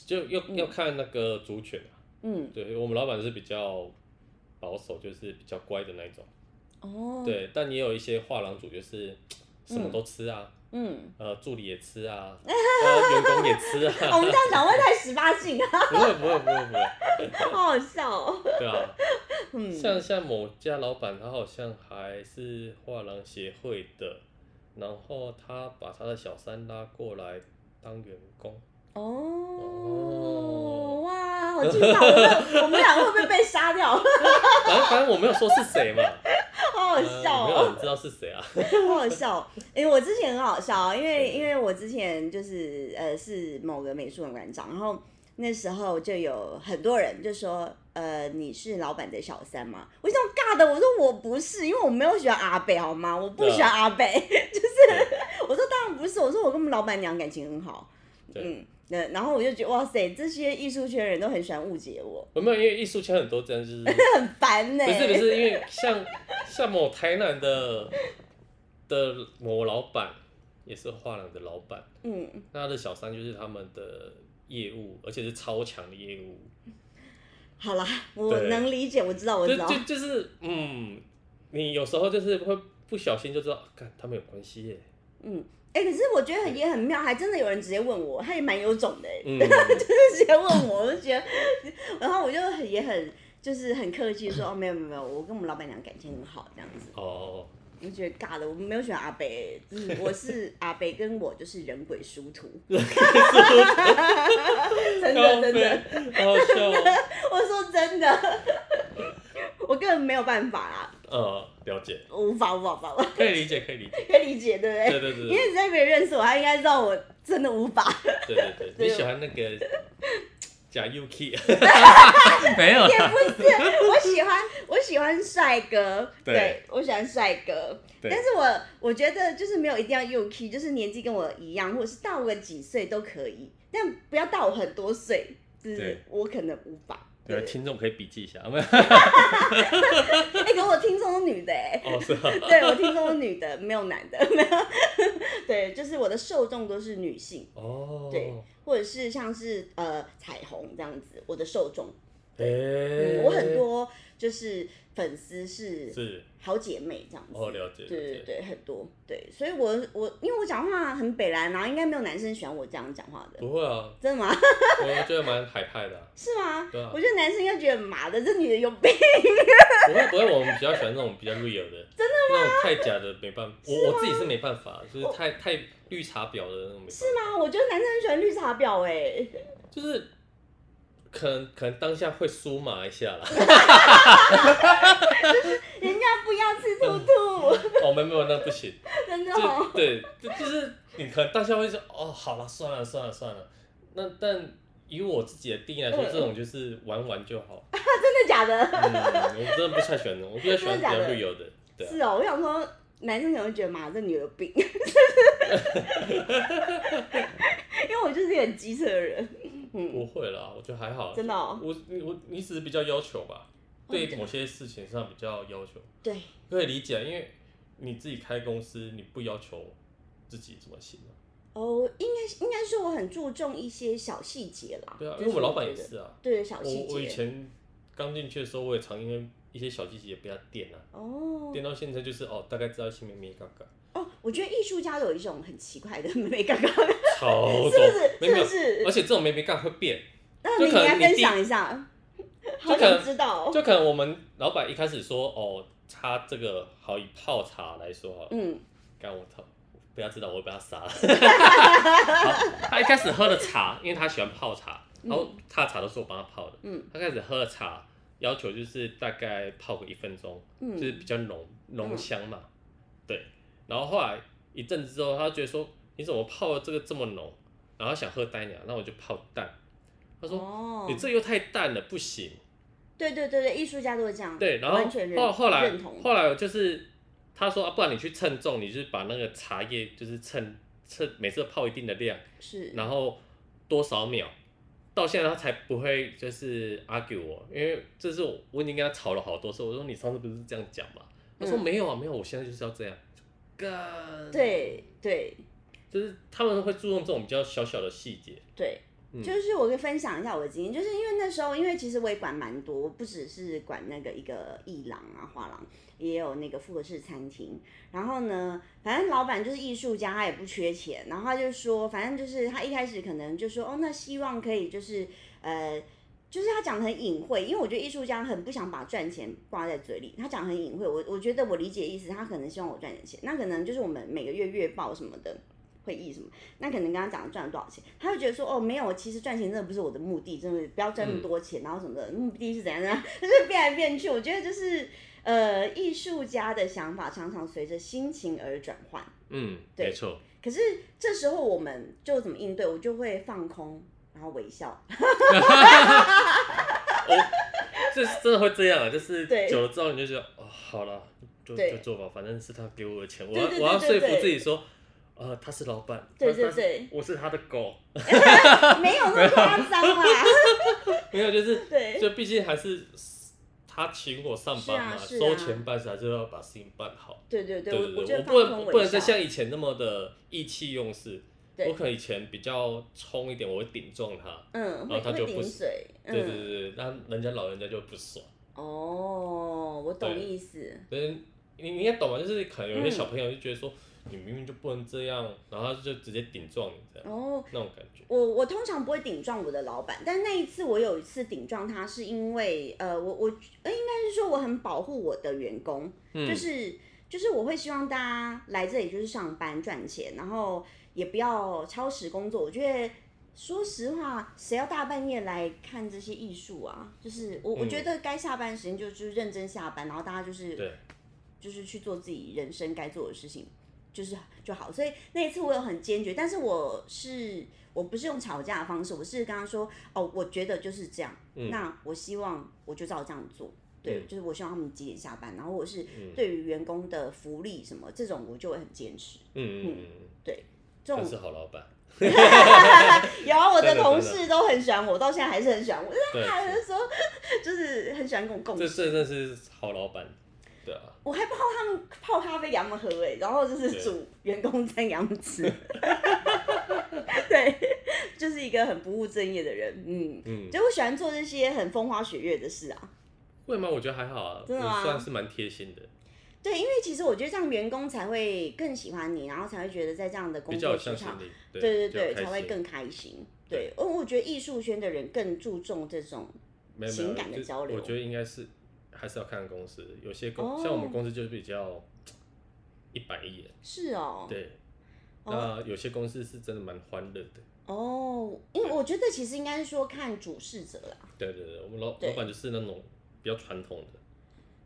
Speaker 2: 就要要看那个主权啊。
Speaker 1: 嗯，
Speaker 2: 对我们老板是比较保守，就是比较乖的那一种。
Speaker 1: 哦，，
Speaker 2: 对，但也有一些画廊主就是什么都吃啊。
Speaker 1: 嗯，
Speaker 2: 呃，助理也吃 啊，呃，员工也吃
Speaker 1: 哦
Speaker 2: 啊，
Speaker 1: 我们这样讲会不会太十八禁啊，
Speaker 2: 不会不会不会不会，
Speaker 1: 好好笑哦，
Speaker 2: 对啊，
Speaker 1: 嗯，
Speaker 2: 像像某家老板，他好像还是画廊协会的，然后他把他的小三拉过来当员 工，
Speaker 1: 哦
Speaker 2: 哦，
Speaker 1: 哇，好劲爆！我们我们俩会不会被杀掉？
Speaker 2: 反正反正我没有说是谁嘛，
Speaker 1: 好好笑
Speaker 2: 呃没
Speaker 1: 哦、
Speaker 2: 有人知道是谁啊，
Speaker 1: 好好笑哦！因为我之前很好笑，啊因为因为我之前就是呃是某个美术馆馆长，然后那时候就有很多人就说呃你是老板的小三吗？我就这样尬的，我说我不是，因为我没有喜欢阿北好吗？ 我
Speaker 2: 啊
Speaker 1: 不喜欢阿北，就是我说当然不是，我说我跟我们老板娘感情很好，
Speaker 2: 对
Speaker 1: 嗯，那然后我就觉得哇塞，这些艺术圈的人都很喜欢误解我，
Speaker 2: 我没有，因为艺术圈很多这样，就是
Speaker 1: 很烦呢、
Speaker 2: 不是不是，因为像像某台南的的某老板也是画廊的老板。
Speaker 1: 嗯，
Speaker 2: 那他的小三就是他们的业务，而且是超强的业务，
Speaker 1: 好啦，我
Speaker 2: 对
Speaker 1: 能理解，我知道，我
Speaker 2: 就
Speaker 1: 知道，
Speaker 2: 就就是嗯，你有时候就是会不小心就知道，看他们有关系耶，
Speaker 1: 嗯，哎、可是我觉得很也很妙，还真的有人直接问我，他也蛮有种的、欸，
Speaker 2: 嗯，
Speaker 1: 就是直接问我，我就觉得，然后我就很也很就是很客气地说，哦，没有没有没有，我跟我们老板娘感情很好，这样子，
Speaker 2: 哦，
Speaker 1: 我就觉得尬的，我没有喜欢阿北、就是我 是阿北跟我就是人鬼殊途， 真的真的，
Speaker 2: 高飞，好好笑哦，
Speaker 1: 我说真的，我根本没有办法啦，
Speaker 2: 呃，了解，
Speaker 1: 无法无法无法，
Speaker 2: 可以理解，可以理解，
Speaker 1: 可以理解对不
Speaker 2: 对
Speaker 1: 对？
Speaker 2: 对
Speaker 1: 因
Speaker 2: 对对
Speaker 1: 为你在别人认识我，他应该知道我真的无法。
Speaker 2: 对对对，
Speaker 1: 对
Speaker 2: 你喜欢那个假 UK，没有
Speaker 1: 也
Speaker 2: 啦，
Speaker 1: 不是，我喜欢我喜欢帅哥，对
Speaker 2: 对
Speaker 1: 我喜欢帅哥，
Speaker 2: 对
Speaker 1: 但是我我觉得就是没有一定要幼 K，就是年纪跟我一样，或者是大我个几岁都可以，但不要大我很多岁，就是
Speaker 2: 对
Speaker 1: 我可能无法。
Speaker 2: 对，
Speaker 1: 对，
Speaker 2: 听众可以笔记一下，没有，
Speaker 1: 哎、可我听众是女的哎、
Speaker 2: 哦，是吧？
Speaker 1: 对我听众是女的，没有男的， 没有，对，就是我的受众都是女性，
Speaker 2: 哦，
Speaker 1: 对或者是像是呃彩虹这样子，我的受众，
Speaker 2: 哎
Speaker 1: 嗯，我很多就是粉丝是
Speaker 2: 是，
Speaker 1: 好姐妹这样子。
Speaker 2: 哦，了解，了
Speaker 1: 对对
Speaker 2: 解，
Speaker 1: 对，很多对，所以我我因为我讲话很北蓝啊，应该没有男生喜欢我这样讲话的，
Speaker 2: 不会啊，
Speaker 1: 真的吗？
Speaker 2: 我觉得蛮海派的啊、
Speaker 1: 是吗？
Speaker 2: 对啊
Speaker 1: 我觉得男生应该觉得妈的，这女的有病。
Speaker 2: 不会不会，我们比较喜欢那种比较 real 的，真的吗？那种太假的没办法，我我自己是没办法，就是太太绿茶婊的那种没办
Speaker 1: 哦
Speaker 2: 法，
Speaker 1: 是吗？我觉得男生很喜欢绿茶婊哎、
Speaker 2: 就是可能可能当下会酥麻一下啦，
Speaker 1: 人家不要吃兔 兔，
Speaker 2: 哦，没有没有，那不 行，
Speaker 1: 真的
Speaker 2: 就
Speaker 1: 哦。
Speaker 2: 对，就就是你可能当下会说，哦，好了，算了算了算了，那但以我自己的定义来说，
Speaker 1: 嗯
Speaker 2: 这种就是玩玩就好，
Speaker 1: 真的假的？
Speaker 2: 嗯，我真的不太喜欢那种，我比较喜欢比较
Speaker 1: 真的假的
Speaker 2: real 的，对啊，
Speaker 1: 是哦，我想说，男生可能会觉得妈这女有 病，因为我就是一个很机车的人，
Speaker 2: 不会啦，我觉得还好。
Speaker 1: 真的哦、
Speaker 2: 我你我你只是比较要求吧，对某些事情上比较要求，
Speaker 1: 对，
Speaker 2: 可以理解，啊因为你自己开公司，你不要求自己怎么行啊？
Speaker 1: 哦，应该是应该说我很注重一些小细节啦。
Speaker 2: 对啊，
Speaker 1: 就
Speaker 2: 因为我老板
Speaker 1: 觉
Speaker 2: 也
Speaker 1: 得
Speaker 2: 是啊，
Speaker 1: 对小细
Speaker 2: 我我以
Speaker 1: 节。
Speaker 2: 前刚进去的时候，我也常因为一些小细节被他电啊，
Speaker 1: 哦
Speaker 2: 电到现在就是哦，大概知道新妹妹嘎嘎，
Speaker 1: 哦，我觉得艺术家有一种很奇怪的 美感，是
Speaker 2: 超
Speaker 1: 不
Speaker 2: 多，
Speaker 1: 是？
Speaker 2: 没
Speaker 1: 是
Speaker 2: 有
Speaker 1: 不
Speaker 2: 没有，而
Speaker 1: 是？
Speaker 2: 且这种妹妹嘎会变，
Speaker 1: 那
Speaker 2: 就
Speaker 1: 你应
Speaker 2: 可能
Speaker 1: 该
Speaker 2: 你
Speaker 1: 分
Speaker 2: 弟
Speaker 1: 享一下，好
Speaker 2: 就可
Speaker 1: 想
Speaker 2: 能
Speaker 1: 知道哦。
Speaker 2: 就可能我们老板一开始说哦，他这个好以泡茶来说好了，
Speaker 1: 嗯，
Speaker 2: 干我操！不要知道，我会被他杀 了。好他一开始喝了茶，因为他喜欢泡茶，然后他的茶都是我帮他泡的。
Speaker 1: 嗯，
Speaker 2: 他开始喝了茶，要求就是大概泡个一分钟，
Speaker 1: 嗯
Speaker 2: 就是比较浓浓香嘛。对，然后后来一阵子之后，他觉得说你怎么泡的这个这么浓？然后他想喝淡一点，那我就泡淡。他说、
Speaker 1: 哦
Speaker 2: 你这又太淡了，不行。
Speaker 1: 对对对对，艺术家都会这样，
Speaker 2: 对，然后
Speaker 1: 完全认
Speaker 2: 后后来
Speaker 1: 认同，
Speaker 2: 后来就是他说啊，不然你去称重，你就是把那个茶叶就是称称每次泡一定的量，
Speaker 1: 是
Speaker 2: 然后多少秒，到现在他才不会就是 argue 我，因为这是我我已经跟他吵了好多次，我说你上次不是这样讲嘛？他说
Speaker 1: 嗯
Speaker 2: 没有啊，没有，我现在就是要这样。干，，
Speaker 1: 对对
Speaker 2: 就是他们会注重这种比较小小的细节，
Speaker 1: 对。
Speaker 2: 嗯
Speaker 1: 就是我可以分享一下我的经验，就是因为那时候，因为其实我也管蛮多，我不只是管那个一个艺廊啊、画廊，也有那个复合式餐厅。然后呢，反正老板就是艺术家，他也不缺钱，然后他就说，反正就是他一开始可能就说，哦，那希望可以就是呃。就是他讲的很隐晦，因为我觉得艺术家很不想把赚钱挂在嘴里。他讲得很隐晦，我我觉得我理解意思，他可能希望我赚点钱，那可能就是我们每个月月报什么的会议什么，那可能跟他讲赚了多少钱，他就觉得说哦没有，其实赚钱真的不是我的目的，真的不要赚那么多钱，然后什么的目的是怎样怎样，就是变来变去。我觉得就是呃艺术家的想法常常随着心情而转换。
Speaker 2: 嗯，
Speaker 1: 对
Speaker 2: 没错，
Speaker 1: 可是这时候我们就怎么应对？我就会放空，然后微笑。
Speaker 2: 这真的会这样啊，就是
Speaker 1: 对
Speaker 2: 久了之后你就觉得哦，好了，就
Speaker 1: 对
Speaker 2: 就做吧，反正是他给我的钱，我
Speaker 1: 对
Speaker 2: 要
Speaker 1: 对
Speaker 2: 我要
Speaker 1: 对对
Speaker 2: 说服
Speaker 1: 对
Speaker 2: 自己说，呃，他是老板，
Speaker 1: 对
Speaker 2: 他
Speaker 1: 对，
Speaker 2: 他
Speaker 1: 对
Speaker 2: 是我是他的狗，
Speaker 1: 没有那么夸张啦。
Speaker 2: 没有就是，
Speaker 1: 对
Speaker 2: 就毕竟还是他请我上班嘛，
Speaker 1: 是啊是啊
Speaker 2: 收钱办事还是要把事情办好。
Speaker 1: 对对对，
Speaker 2: 对
Speaker 1: 我
Speaker 2: 对
Speaker 1: 觉
Speaker 2: 对，
Speaker 1: 得放
Speaker 2: 我不能
Speaker 1: 空
Speaker 2: 不能
Speaker 1: 微
Speaker 2: 再
Speaker 1: 笑。
Speaker 2: 像以前那么的意气用事，
Speaker 1: 对
Speaker 2: 我可能以前比较冲一点，我会顶撞他，
Speaker 1: 嗯，会
Speaker 2: 哦然后他
Speaker 1: 会
Speaker 2: 就
Speaker 1: 顶
Speaker 2: 不
Speaker 1: 嘴。
Speaker 2: 对对
Speaker 1: 嗯，
Speaker 2: 对对，那人家老人家就不爽。
Speaker 1: 哦，我懂
Speaker 2: 对
Speaker 1: 意思。
Speaker 2: 对，你你应该懂吧？就是可能有些
Speaker 1: 嗯
Speaker 2: 小朋友就觉得说，你明明就不能这样，然后他就直接顶撞你这样，
Speaker 1: 哦，
Speaker 2: 那种感觉。
Speaker 1: 我我通常不会顶撞我的老板，但那一次我有一次顶撞他，是因为呃，我我呃应该是说我很保护我的员工，
Speaker 2: 嗯
Speaker 1: 就是就是我会希望大家来这里就是上班赚钱，然后也不要超时工作。我觉得说实话，谁要大半夜来看这些艺术啊？就是我我
Speaker 2: 嗯
Speaker 1: 觉得该下班时间就就是认真下班，然后大家就是
Speaker 2: 对，
Speaker 1: 就是去做自己人生该做的事情，就是就好。所以那一次我有很坚决，但是我是我不是用吵架的方式，我是跟他说哦，我觉得就是这样，那我希望我就照这样做。对，
Speaker 2: 嗯
Speaker 1: 就是我希望他们几点下班，然后我是对于员工的福利什么、这种，我就会很坚持。
Speaker 2: 嗯嗯嗯，
Speaker 1: 这种
Speaker 2: 真是好老板。
Speaker 1: 有啊，我的
Speaker 2: 真的
Speaker 1: 同
Speaker 2: 真的
Speaker 1: 事都很喜欢我，到现在还是很喜欢我。就是
Speaker 2: 对，
Speaker 1: 他就说，就是很喜欢跟我共
Speaker 2: 这
Speaker 1: 事。
Speaker 2: 这真是好老板。对啊，
Speaker 1: 我还泡他们泡咖啡给他们喝哎、然后就是
Speaker 2: 对
Speaker 1: 煮员工餐给他们吃。 对，就是一个很不务正业的人，嗯，
Speaker 2: 嗯，
Speaker 1: 就我喜欢做这些很风花雪月的事啊。
Speaker 2: 会吗？我觉得还好啊，
Speaker 1: 真的吗
Speaker 2: 我算是蛮贴心的，
Speaker 1: 对，因为其实我觉得这样员工才会更喜欢你，然后才会觉得在这样的工
Speaker 2: 比较
Speaker 1: 作
Speaker 2: 有
Speaker 1: 职
Speaker 2: 向心
Speaker 1: 场，
Speaker 2: 力。
Speaker 1: 对对
Speaker 2: 比较
Speaker 1: 对，
Speaker 2: 开
Speaker 1: 才会
Speaker 2: 心
Speaker 1: 更开心。对，哦，我觉得艺术圈的人更注重这种，
Speaker 2: 没有没有
Speaker 1: 情感的
Speaker 2: 就
Speaker 1: 交流
Speaker 2: 我觉得应该是还是要看公司，有些公、
Speaker 1: 哦
Speaker 2: 像我们公司就是比较一板一眼，
Speaker 1: 是哦，
Speaker 2: 对。
Speaker 1: 哦
Speaker 2: 那有些公司是真的蛮欢乐的，
Speaker 1: 哦，因为我觉得其实应该是说看主事者啦。
Speaker 2: 对对对，我们老
Speaker 1: 对
Speaker 2: 老板就是那种比较传统的，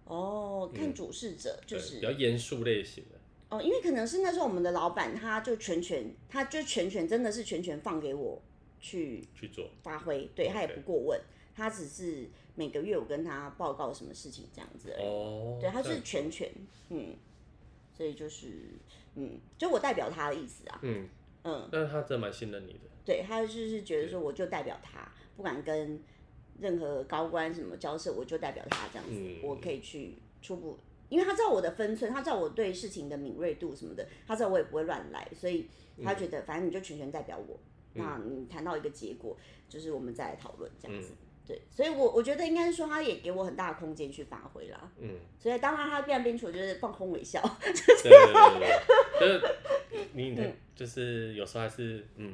Speaker 1: 哦，看主事者就
Speaker 2: 嗯对
Speaker 1: 是
Speaker 2: 比较严肃类型的，
Speaker 1: 哦，因为可能是那时候我们的老板他就全权，他就全权真的是全权放给我去
Speaker 2: 去做。
Speaker 1: 发挥，对他也
Speaker 2: OK
Speaker 1: 不过问，他只是每个月我跟他报告什么事情这样子而已，
Speaker 2: 哦，
Speaker 1: 对，他
Speaker 2: 这
Speaker 1: 是
Speaker 2: 样
Speaker 1: 全权，嗯，所以就是嗯，就我代表他的意思啊，
Speaker 2: 嗯，
Speaker 1: 嗯，
Speaker 2: 但是他真的蛮信任 你的，
Speaker 1: 对他就是觉得说我就代表他，不管跟任何高官什么交涉，我就代表他这样子，
Speaker 2: 嗯
Speaker 1: 我可以去初步。因为他知道我的分寸，他知道我对事情的敏锐度什么的，他知道我也不会乱来，所以
Speaker 2: 嗯
Speaker 1: 他觉得反正你就全权代表我，那你谈到一个结果，就是我们再来讨论这样子。
Speaker 2: 嗯
Speaker 1: 对，所以我我觉得应该是说他也给我很大的空间去发挥啦。
Speaker 2: 嗯，
Speaker 1: 所以当然他变来变去，我就是放空微笑。
Speaker 2: 对对对对，对，就是你你就是有时候还是
Speaker 1: 嗯
Speaker 2: 嗯，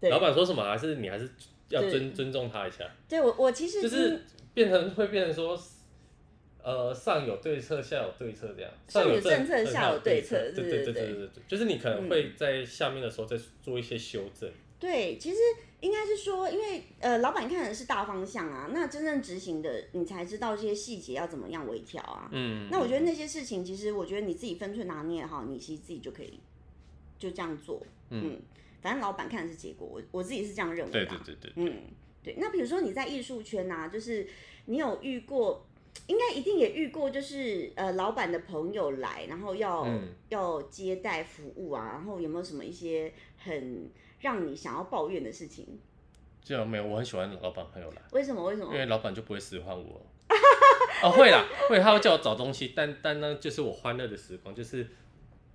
Speaker 1: 对
Speaker 2: 老板说什么还是你还是要
Speaker 1: 对
Speaker 2: 尊尊重他一下，
Speaker 1: 对我我其实
Speaker 2: 就是变成会变成说。呃，上有对策，下有对策，这样。
Speaker 1: 上有
Speaker 2: 有
Speaker 1: 政策下
Speaker 2: 下
Speaker 1: 有对
Speaker 2: 对
Speaker 1: 策
Speaker 2: 对
Speaker 1: 对对
Speaker 2: 对
Speaker 1: 对
Speaker 2: 对
Speaker 1: 嗯
Speaker 2: 对对对，就是你可能会在下面的时候再做一些修正。
Speaker 1: 对，其实应该是说，因为呃，老板看的是大方向啊，那真正执行的，你才知道这些细节要怎么样微调啊。
Speaker 2: 嗯，
Speaker 1: 那我觉得那些事情，其实我觉得你自己分寸拿捏好，你其实自己就可以就这样做。嗯，反正老板看的是结果，我我自己是这样认为的、
Speaker 2: 对
Speaker 1: 啊。
Speaker 2: 对对对，
Speaker 1: 嗯，对。那比如说你在艺术圈啊，就是你有遇过，应该一定也遇过，就是呃，老板的朋友来，然后要、
Speaker 2: 嗯
Speaker 1: 要接待服务啊，然后有没有什么一些很让你想要抱怨的事情？
Speaker 2: 这样没有，我很喜欢老板朋友来，
Speaker 1: 为什么？为什么
Speaker 2: 因？为老板就不会使唤我。 哦，会啦，会，他会叫我找东西，但但那就是我欢乐的时光，就是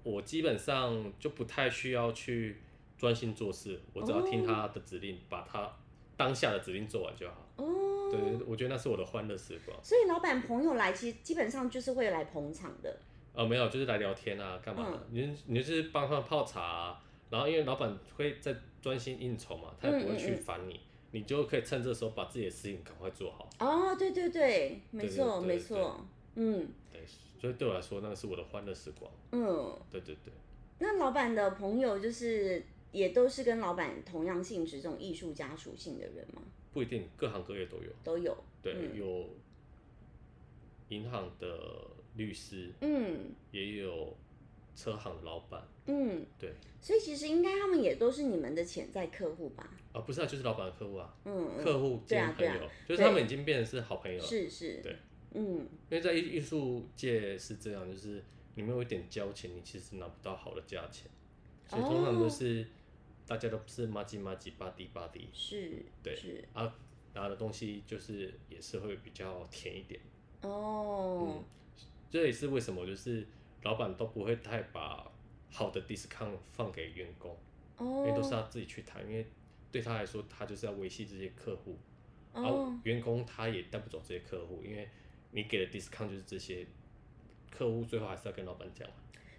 Speaker 2: 我基本上就不太需要去专心做事，我只要
Speaker 1: 哦
Speaker 2: 听他的指令，把他当下的指令做完就好。
Speaker 1: 哦，
Speaker 2: 对，我觉得那是我的欢乐时光。
Speaker 1: 所以老板朋友来，其实基本上就是会来捧场的。
Speaker 2: 呃，没有，就是来聊天啊，干嘛
Speaker 1: 嗯
Speaker 2: 的？你你就是帮他们泡茶、啊，然后因为老板会在专心应酬嘛，他也不会
Speaker 1: 嗯
Speaker 2: 去
Speaker 1: 嗯嗯
Speaker 2: 烦你，你就可以趁这时候把自己的事情赶快做好。
Speaker 1: 哦，对对对，没错
Speaker 2: 对对对
Speaker 1: 没错，嗯
Speaker 2: 对，所以对我来说，那个是我的欢乐时光。
Speaker 1: 嗯。
Speaker 2: 对对对，
Speaker 1: 那老板的朋友就是也都是跟老板同样性质这种艺术家属性的人吗？
Speaker 2: 不一定，各行各业都有。
Speaker 1: 都有。
Speaker 2: 对，
Speaker 1: 嗯
Speaker 2: 有银行的律师，
Speaker 1: 嗯
Speaker 2: 也有车行的老板。
Speaker 1: 嗯，
Speaker 2: 对，
Speaker 1: 所以其实应该他们也都是你们的潜在客户吧？
Speaker 2: 啊，不是啊，就是老板的客户啊，
Speaker 1: 嗯，嗯
Speaker 2: 客户
Speaker 1: 对啊
Speaker 2: 兼朋友，
Speaker 1: 对
Speaker 2: 就是他们已经变成是好朋友了。
Speaker 1: 是是，
Speaker 2: 对，
Speaker 1: 嗯
Speaker 2: 因为在艺艺术界是这样，就是你没有一点交情，你其实拿不到好的价钱，所以通常
Speaker 1: 哦
Speaker 2: 都是、大家都是麻吉麻吉巴迪巴迪
Speaker 1: 是，
Speaker 2: 对
Speaker 1: 是
Speaker 2: 啊，拿的东西就是也是会比较甜一点。
Speaker 1: 哦
Speaker 2: 嗯，这也是为什么就是老板都不会太把好的 discount 放给员工，因为嗯都是
Speaker 1: 哦
Speaker 2: 他自己去谈，因为对他来说，他就是要维系这些客户，然后
Speaker 1: 哦
Speaker 2: 员工他也带不走这些客户，因为你给的 discount 就是这些客户最后还是要跟老板讲嘛。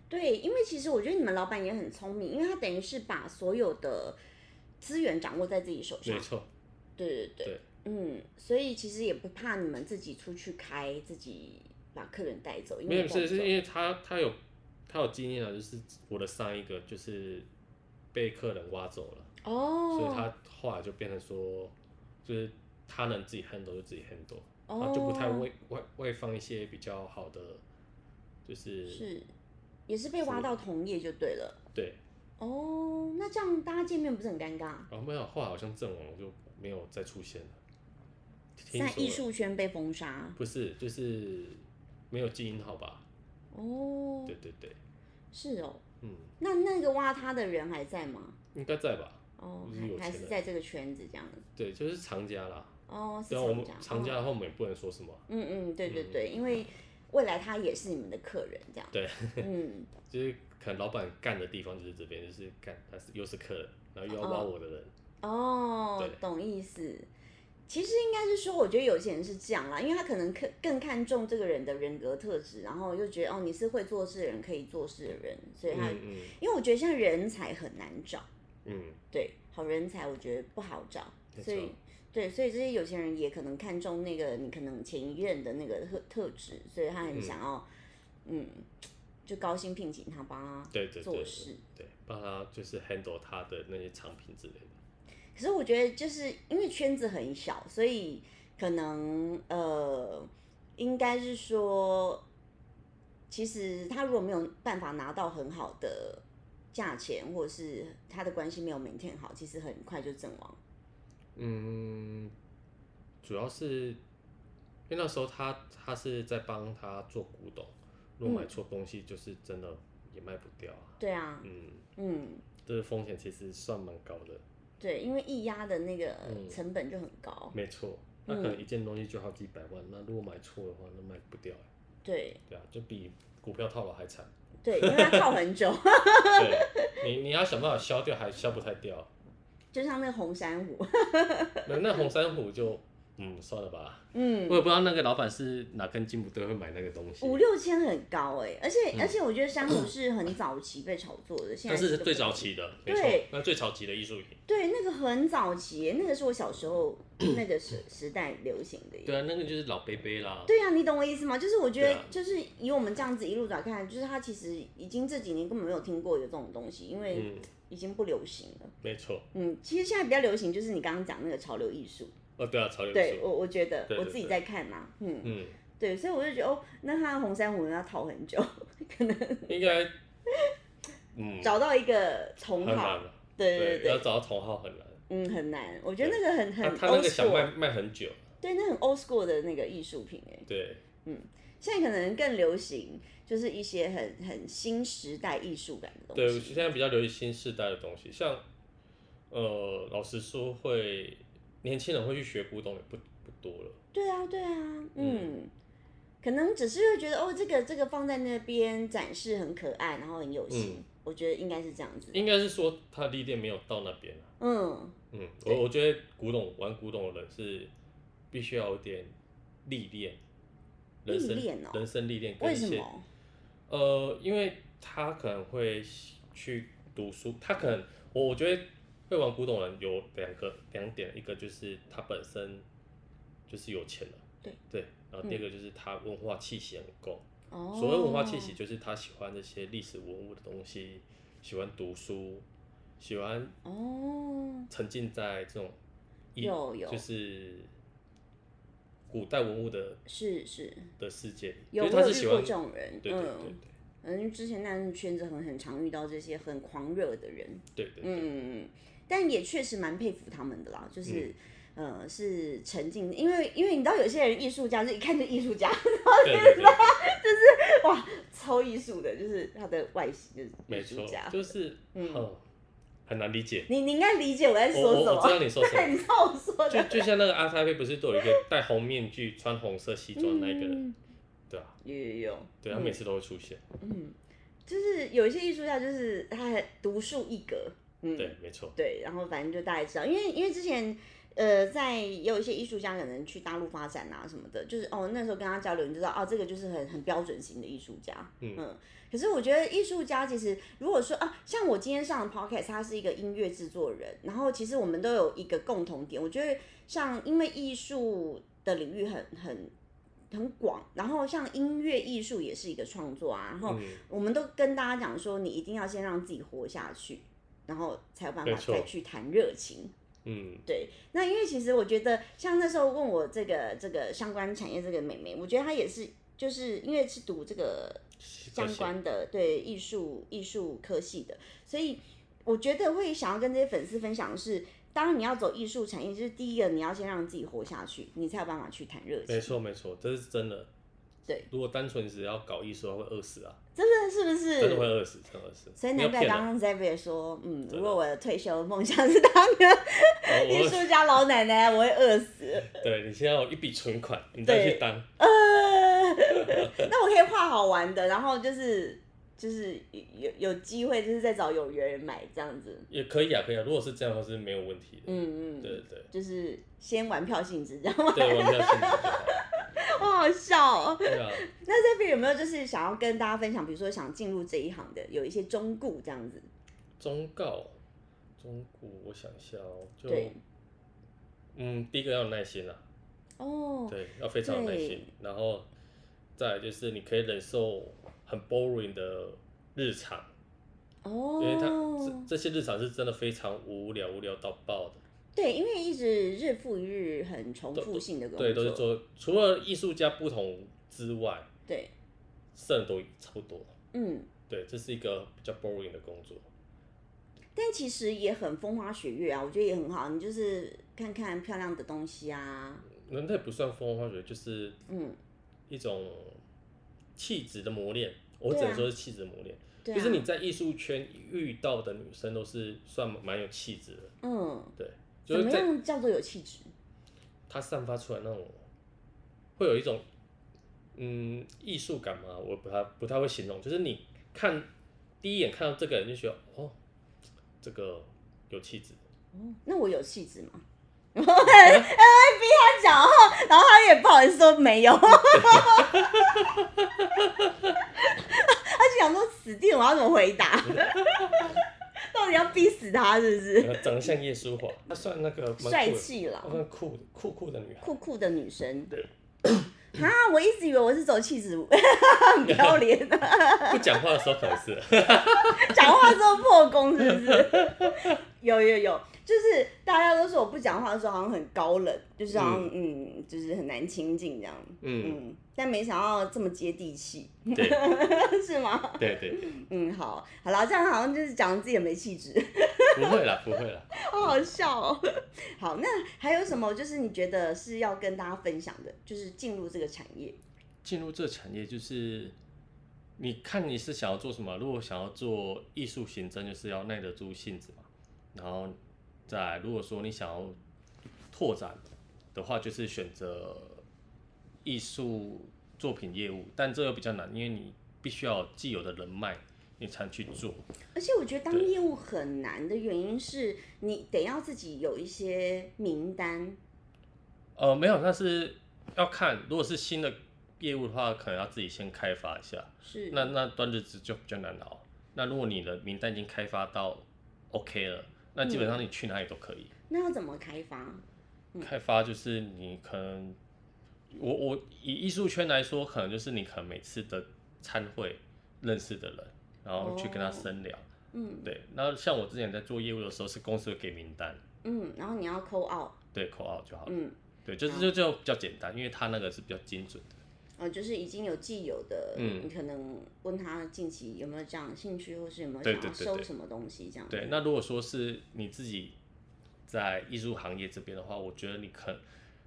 Speaker 1: 对，因为其实我觉得你们老板也很聪明，因为他等于是把所有的资源掌握在自己手上
Speaker 2: 没，错，
Speaker 1: 对对对，
Speaker 2: 对
Speaker 1: 嗯，所以其实也不怕你们自己出去开，自己把客人带走，因
Speaker 2: 没
Speaker 1: 为
Speaker 2: 有是是因
Speaker 1: 为
Speaker 2: 为他他有他有经验啊，就是我的上一个就是被客人挖走了，
Speaker 1: 哦，
Speaker 2: 所以他后来就变成说，就是他能自己 handle 就自己 handle。
Speaker 1: 哦
Speaker 2: 他就不太外外外放一些比较好的，就是
Speaker 1: 是也是被挖到同业就对了。
Speaker 2: 对，
Speaker 1: 哦，那这样大家见面不是很尴尬？
Speaker 2: 然后没有，后来好像阵亡就没有再出现了。听
Speaker 1: 在
Speaker 2: 说
Speaker 1: 艺
Speaker 2: 了
Speaker 1: 术圈被封杀
Speaker 2: 不是就是没有经营好吧？
Speaker 1: 哦，
Speaker 2: 对对对，
Speaker 1: 是哦。
Speaker 2: 嗯，
Speaker 1: 那那个挖他的人还在吗？
Speaker 2: 应该在吧？
Speaker 1: 哦，
Speaker 2: 就是有
Speaker 1: 还还
Speaker 2: 钱
Speaker 1: 是
Speaker 2: 人
Speaker 1: 在这个圈子这样子。
Speaker 2: 对，就是藏家啦。
Speaker 1: 哦，是
Speaker 2: 对啊，我
Speaker 1: 厂
Speaker 2: 们
Speaker 1: 家。
Speaker 2: 藏家
Speaker 1: 哦
Speaker 2: 的话，我们也不能说什么，
Speaker 1: 嗯嗯，对对对，因为未来他也是你们的客人这样。
Speaker 2: 对，
Speaker 1: 嗯，
Speaker 2: 就是可能老板干的地方就是这边，就是干他是又是客人，然后又要挖我的人，
Speaker 1: 哦
Speaker 2: 对，
Speaker 1: 懂意思。其实应该是说，我觉得有些人是这样啦，因为他可能更更看重这个人的人格特质，然后又觉得哦，你是会做事的人，可以做事的人，所以他，
Speaker 2: 嗯嗯
Speaker 1: 因为我觉得现在人才很难找，
Speaker 2: 嗯，
Speaker 1: 对，好人才我觉得不好找，
Speaker 2: 没
Speaker 1: 所以
Speaker 2: 错
Speaker 1: 对，所以这些有些人也可能看重那个你可能前一任的那个特特质，所以他很想要，嗯就高薪聘请他帮他
Speaker 2: 对对
Speaker 1: 做
Speaker 2: 对
Speaker 1: 事。
Speaker 2: 对，帮他就是 handle 他的那些产品之类的。
Speaker 1: 可是我觉得，就是因为圈子很小，所以可能呃，应该是说，其实他如果没有办法拿到很好的价钱，或者是他的关系没有 maintain 好，其实很快就阵亡。
Speaker 2: 嗯，主要是因为那时候他他是在帮他做古董，如果买错东西，就是真的也卖不掉啊。
Speaker 1: 对啊，
Speaker 2: 嗯，
Speaker 1: 嗯，
Speaker 2: 这个风险其实算蛮高的，
Speaker 1: 对，因为液压的那个
Speaker 2: 嗯
Speaker 1: 成本就很高，
Speaker 2: 没错。那可能一件东西就好几百万，那如果买错的话，那卖不掉、欸，
Speaker 1: 对
Speaker 2: 对啊，就比股票套牢还惨。
Speaker 1: 对，因为它靠很久，
Speaker 2: 对，你你要想办法消掉，还消不太掉。
Speaker 1: 就像那个红珊瑚，
Speaker 2: 那那红珊瑚就，嗯，算了吧。
Speaker 1: 嗯
Speaker 2: 我，也不知道那个老板是哪根筋不对会买那个东西，
Speaker 1: 五六千很高哎、而且、而且我觉得珊瑚是很早期被炒作的，现在
Speaker 2: 但嗯是是
Speaker 1: 这个
Speaker 2: 最早期的，没
Speaker 1: 对
Speaker 2: 错，那最早期的艺术品。
Speaker 1: 对那个很早期，那个是我小时候 那个 时时代流行的耶。
Speaker 2: 对啊，那个就是老贝贝啦。
Speaker 1: 对呀、啊你懂我意思吗？就是我觉得
Speaker 2: 对啊，
Speaker 1: 就是以我们这样子一路打看，就是他其实已经这几年根本没有听过有这种东西，因为
Speaker 2: 嗯，
Speaker 1: 已经不流行了。
Speaker 2: 没错。
Speaker 1: 嗯，其实现在比较流行就是你刚刚讲那个潮流艺术，
Speaker 2: 哦，对啊，潮流艺
Speaker 1: 对
Speaker 2: 术。
Speaker 1: 我我觉得
Speaker 2: 对对
Speaker 1: 我自己在看嘛，嗯，
Speaker 2: 嗯，
Speaker 1: 对，所以我就觉得哦，那他的红珊瑚要讨很久，
Speaker 2: 应该，嗯，
Speaker 1: 找到一个同
Speaker 2: 很
Speaker 1: 好
Speaker 2: 难，，啊
Speaker 1: 对对
Speaker 2: 要
Speaker 1: 对，
Speaker 2: 找到同好很难。
Speaker 1: 嗯，很难，我觉得那个很很
Speaker 2: 他他那
Speaker 1: old
Speaker 2: 个想卖
Speaker 1: school，
Speaker 2: 卖很久，
Speaker 1: 对，那很 old school 的那个艺术品哎，
Speaker 2: 对，
Speaker 1: 现在可能更流行就是一些很很新时代艺术感的东
Speaker 2: 对，
Speaker 1: 西，
Speaker 2: 现在比较流行新时代的东西，像，呃，老实说会，年轻人会去学古董也不不多了。
Speaker 1: 对啊对啊，嗯。可能只是会觉得哦，这个这个放在那边展示很可爱，然后很有型，
Speaker 2: 嗯
Speaker 1: 我觉得应该是这样子。
Speaker 2: 应该是说他的历练没有到那边啊。
Speaker 1: 嗯，
Speaker 2: 嗯，我我觉得古董玩古董的人是必须要有点历练，人生
Speaker 1: 历练哦
Speaker 2: 人生历练跟
Speaker 1: 为
Speaker 2: 一
Speaker 1: 什
Speaker 2: 些
Speaker 1: 么？
Speaker 2: 呃，因为他可能会去读书，他可能我我觉得会玩古董的人有两个两点，一个就是他本身就是有钱了，
Speaker 1: 对
Speaker 2: 对，然后第二个就是他文化气息很够，
Speaker 1: 哦，
Speaker 2: 所谓文化气息，就是他喜欢这些历史文物的东西，喜欢读书，喜欢
Speaker 1: 哦，
Speaker 2: 沉浸在这种一
Speaker 1: 有有
Speaker 2: 就是古代文物的
Speaker 1: 是是，
Speaker 2: 的世界里，
Speaker 1: 有我
Speaker 2: 就是他
Speaker 1: 有
Speaker 2: 是
Speaker 1: 遇
Speaker 2: 喜
Speaker 1: 过
Speaker 2: 欢
Speaker 1: 这种人，
Speaker 2: 对对对对
Speaker 1: 嗯，嗯，因为之前那种圈子很很常遇到这些很狂热的人，
Speaker 2: 对对对，
Speaker 1: 嗯，但也确实蛮佩服他们的啦，
Speaker 2: 嗯
Speaker 1: 就是。呃，是沉浸，因为因为你知道有些人艺术家，就一看就艺术家，
Speaker 2: 对对对，
Speaker 1: 超艺术的，就是他的外形就是
Speaker 2: 没
Speaker 1: 艺术
Speaker 2: 错
Speaker 1: 家，。
Speaker 2: 就是嗯，很难理解。
Speaker 1: 你你应该理解我在
Speaker 2: 我
Speaker 1: 说什
Speaker 2: 我我知
Speaker 1: 么，
Speaker 2: 道你说什
Speaker 1: 对，
Speaker 2: 么，
Speaker 1: 你知道我说
Speaker 2: 就
Speaker 1: 的，
Speaker 2: 就像那个阿塞贝不是都有一个戴红面具、穿红色西装那一个人，
Speaker 1: 嗯
Speaker 2: 对啊，
Speaker 1: 有有有，嗯
Speaker 2: 对他每次都会出现，
Speaker 1: 就是有一些艺术家，就是他很独树一格，嗯，
Speaker 2: 对，没错，
Speaker 1: 对，然后反正就大概知道，因为因为之前呃，在也有一些艺术家可能去大陆发展啊什么的，就是哦那时候跟他交流，你就知道哦这个就是很很标准型的艺术家，嗯
Speaker 2: 嗯
Speaker 1: 可是我觉得艺术家其实如果说啊，像我今天上的 podcast，他是一个音乐制作人，然后其实我们都有一个共同点，我觉得像因为艺术的领域很很。很广，然后像音乐艺术也是一个创作啊，然后
Speaker 2: 嗯
Speaker 1: 我们都跟大家讲说，你一定要先让自己活下去，然后才有办法
Speaker 2: 没错
Speaker 1: 再去谈热情。
Speaker 2: 嗯，
Speaker 1: 对，那因为其实我觉得，像那时候问我这个这个相关产业这个妹妹，我觉得她也是，就是因为是读这个相关的对艺术艺术科系的，所以我觉得会想要跟这些粉丝分享的是，当然你要走艺术产业，就是第一个你要先让自己活下去，你才有办法去谈热情
Speaker 2: 没。错没错，这是真的。
Speaker 1: 对，
Speaker 2: 如果单纯只要搞艺术，的话会饿死啊，
Speaker 1: 真的 是不是？
Speaker 2: 真的会饿死，真的饿死。
Speaker 1: 所以
Speaker 2: 没有
Speaker 1: 难怪
Speaker 2: 骗
Speaker 1: 刚
Speaker 2: 人
Speaker 1: 刚 Xavier 说，嗯，
Speaker 2: 真
Speaker 1: 如
Speaker 2: 的
Speaker 1: 果我的退休梦想是当个
Speaker 2: 哦
Speaker 1: 艺
Speaker 2: 我
Speaker 1: 术家老奶奶，我会饿死。
Speaker 2: 对你现在有一笔存款，你再
Speaker 1: 对
Speaker 2: 去当，
Speaker 1: 呃， 那我可以画好玩的，然后就是就是有有机会，就是再找有缘人买这样子。
Speaker 2: 也可以啊，可以啊。如果是这样的话是没有问题的。
Speaker 1: 嗯嗯，
Speaker 2: 对，对
Speaker 1: 就是先玩票性质，这样吗？
Speaker 2: 对，对，玩比较性质就好。
Speaker 1: 好好笑哦。
Speaker 2: 对啊，
Speaker 1: 那这边有没有就是想要跟大家分享，比如说想进入这一行的，有一些忠固这样子？
Speaker 2: 忠告，忠固，我想一下哦，就
Speaker 1: 对
Speaker 2: 嗯，第一个要有耐心啊，
Speaker 1: 哦，
Speaker 2: 对，要非常有耐心，然后再来就是你可以忍受很 boring 的日常，因为它
Speaker 1: 哦，
Speaker 2: 这这些日常是真的非常无聊，无聊到爆的。
Speaker 1: 对，因为一直日复一日很重
Speaker 2: 都
Speaker 1: 复性的工作，
Speaker 2: 对，都是做除了艺术家不同之外，
Speaker 1: 对，
Speaker 2: 剩的都差不多。
Speaker 1: 嗯。
Speaker 2: 对，这是一个比较 boring 的工作。
Speaker 1: 但其实也很风花雪月啊，我觉得也很好。你就是看看漂亮的东西啊，
Speaker 2: 那那也不算风花雪，就是
Speaker 1: 嗯，
Speaker 2: 一种气质的磨练。我只
Speaker 1: 对啊
Speaker 2: 能说是气质磨练。
Speaker 1: 对啊，
Speaker 2: 就是你在艺术圈遇到的女生都是算蛮有气质的，
Speaker 1: 嗯，
Speaker 2: 对，就
Speaker 1: 怎
Speaker 2: 是
Speaker 1: 么
Speaker 2: 在
Speaker 1: 样叫做有气质？
Speaker 2: 她散发出来那种，会有一种嗯艺术感嘛，我不太不太会形容，就是你看第一眼看到这个人就觉得哦，这个有气 质，
Speaker 1: 哦，那我有气质吗？ 哎我
Speaker 2: 嗯
Speaker 1: 很我会逼他讲，然后然后他也不好意思说没有， 他就想说死定了，我要怎么回答？ 到底要逼死他是不是？
Speaker 2: 呃长得像叶舒华，她算那个蛮酷的
Speaker 1: 帅，气啊
Speaker 2: 她
Speaker 1: 了，
Speaker 2: 算酷酷酷的女孩，
Speaker 1: 酷酷的女生。
Speaker 2: 对。
Speaker 1: 啊！我一直以为我是走气质， 很不脸的。
Speaker 2: 不讲话的时候可能是，
Speaker 1: 讲话之后破功是不是？有有有，就是大家都说我不讲话的时候好像很高冷，就是好像嗯就是很难亲近这样，
Speaker 2: 嗯，
Speaker 1: 嗯，但没想到这么接地气，
Speaker 2: 对
Speaker 1: 是吗？
Speaker 2: 对对，对
Speaker 1: 嗯，好，好啦，这样好像就是讲自己很没气质，
Speaker 2: 不会啦不会啦。
Speaker 1: 好好笑哦。 好，那还有什么就是你觉得是要跟大家分享的，就是进入这个产业？
Speaker 2: 进入这产业就是，你看你是想要做什么。如果想要做艺术行政，就是要耐得住性子嘛。然后再来如果说你想要拓展的话，就是选择艺术作品业务，但这个比较难，因为你必须要有既有的人脉，你才去做。
Speaker 1: 而且我觉得当
Speaker 2: 对
Speaker 1: 业务很难的原因是你得要自己有一些名单，
Speaker 2: 呃，没有，但是要看，如果是新的业务的话，可能要自己先开发一下。
Speaker 1: 是
Speaker 2: 那那段日子就比较难熬。那如果你的名单已经开发到 OK 了，那基本
Speaker 1: 嗯
Speaker 2: 上你去哪里都可以。
Speaker 1: 那要怎么开发？嗯
Speaker 2: 开发就是你可能，我我以艺术圈来说，可能就是你可能每次的参会认识的人，然后去跟他深聊。
Speaker 1: 哦嗯
Speaker 2: 对，那像我之前在做业务的时候，是公司会给名单，
Speaker 1: 嗯，然后你要扣 out，
Speaker 2: 对，口号就好了。
Speaker 1: 嗯，
Speaker 2: 对，就是
Speaker 1: 好
Speaker 2: 就就比较简单，因为他那个是比较精准的。
Speaker 1: 呃，就是已经有既有的，
Speaker 2: 嗯
Speaker 1: 你可能问他近期有没有这样的兴趣，或是有没有
Speaker 2: 对
Speaker 1: 想要
Speaker 2: 对对
Speaker 1: 收
Speaker 2: 对
Speaker 1: 什么东西这样。
Speaker 2: 对，那如果说是你自己在艺术行业这边的话，我觉得你可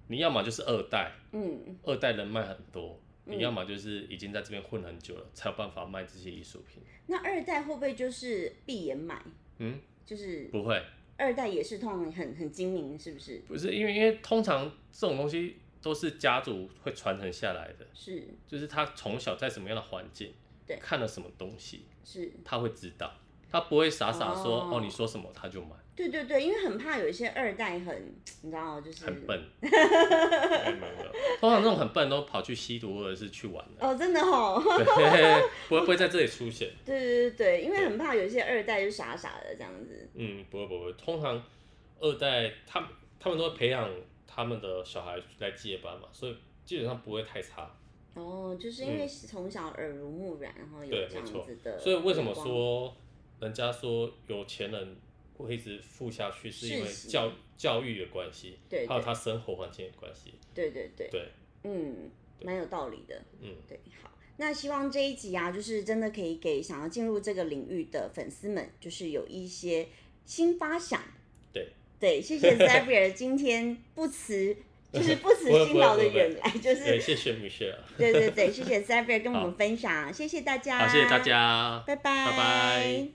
Speaker 2: 你要么就是二代，
Speaker 1: 嗯，
Speaker 2: 二代人脉很多，
Speaker 1: 嗯
Speaker 2: 你要么就是已经在这边混很久了，才有办法卖这些艺术品。
Speaker 1: 那二代会不会就是闭眼买？
Speaker 2: 嗯，
Speaker 1: 就是
Speaker 2: 不会，
Speaker 1: 二代也是通常很很精明，是不是？
Speaker 2: 不是因为因为通常这种东西都是家族会传承下来的，
Speaker 1: 是
Speaker 2: 就是他从小在什么样的环境，
Speaker 1: 对
Speaker 2: 看了什么东西，
Speaker 1: 是，
Speaker 2: 他会知道，他不会傻傻说
Speaker 1: 哦
Speaker 2: 哦你说什么他就买，
Speaker 1: 对对对，因为很怕有一些二代很，你知道，就是
Speaker 2: 很笨。 没有没有没有通常这种很笨都跑去吸毒或者是去玩了。
Speaker 1: 哦，真的哦，
Speaker 2: 对，不会不会在这里出现。
Speaker 1: 对对对对，因为很怕有一些二代就傻傻的这样子。
Speaker 2: 嗯，不会不会，通常二代他们他们都会培养他们的小孩来接班嘛，所以基本上不会太差。
Speaker 1: 哦，就是因为从小耳濡目染，然后有
Speaker 2: 嗯对
Speaker 1: 这样
Speaker 2: 没错
Speaker 1: 子的眼光，
Speaker 2: 所以为什么说人家说有钱人会一直富下去，是因为
Speaker 1: 世袭
Speaker 2: 教教育的关系，
Speaker 1: 对
Speaker 2: 还有
Speaker 1: 对
Speaker 2: 他生活环境的关系。
Speaker 1: 对对对，
Speaker 2: 对，
Speaker 1: 嗯，蛮有道理的。
Speaker 2: 嗯，
Speaker 1: 对，好，那希望这一集啊，就是真的可以给想要进入这个领域的粉丝们，就是有一些新发想。
Speaker 2: 对
Speaker 1: 对，谢谢 Xavier 今天不辞，就是不辞
Speaker 2: 不会
Speaker 1: 辛劳的
Speaker 2: 不会不会
Speaker 1: 远来，就
Speaker 2: 对，
Speaker 1: 是
Speaker 2: 哎谢谢 Michelle，
Speaker 1: 对对对，谢谢 Xavier 跟我
Speaker 2: 好
Speaker 1: 们分享，谢谢大家，
Speaker 2: 好，谢谢大，家，
Speaker 1: 拜拜，
Speaker 2: 拜拜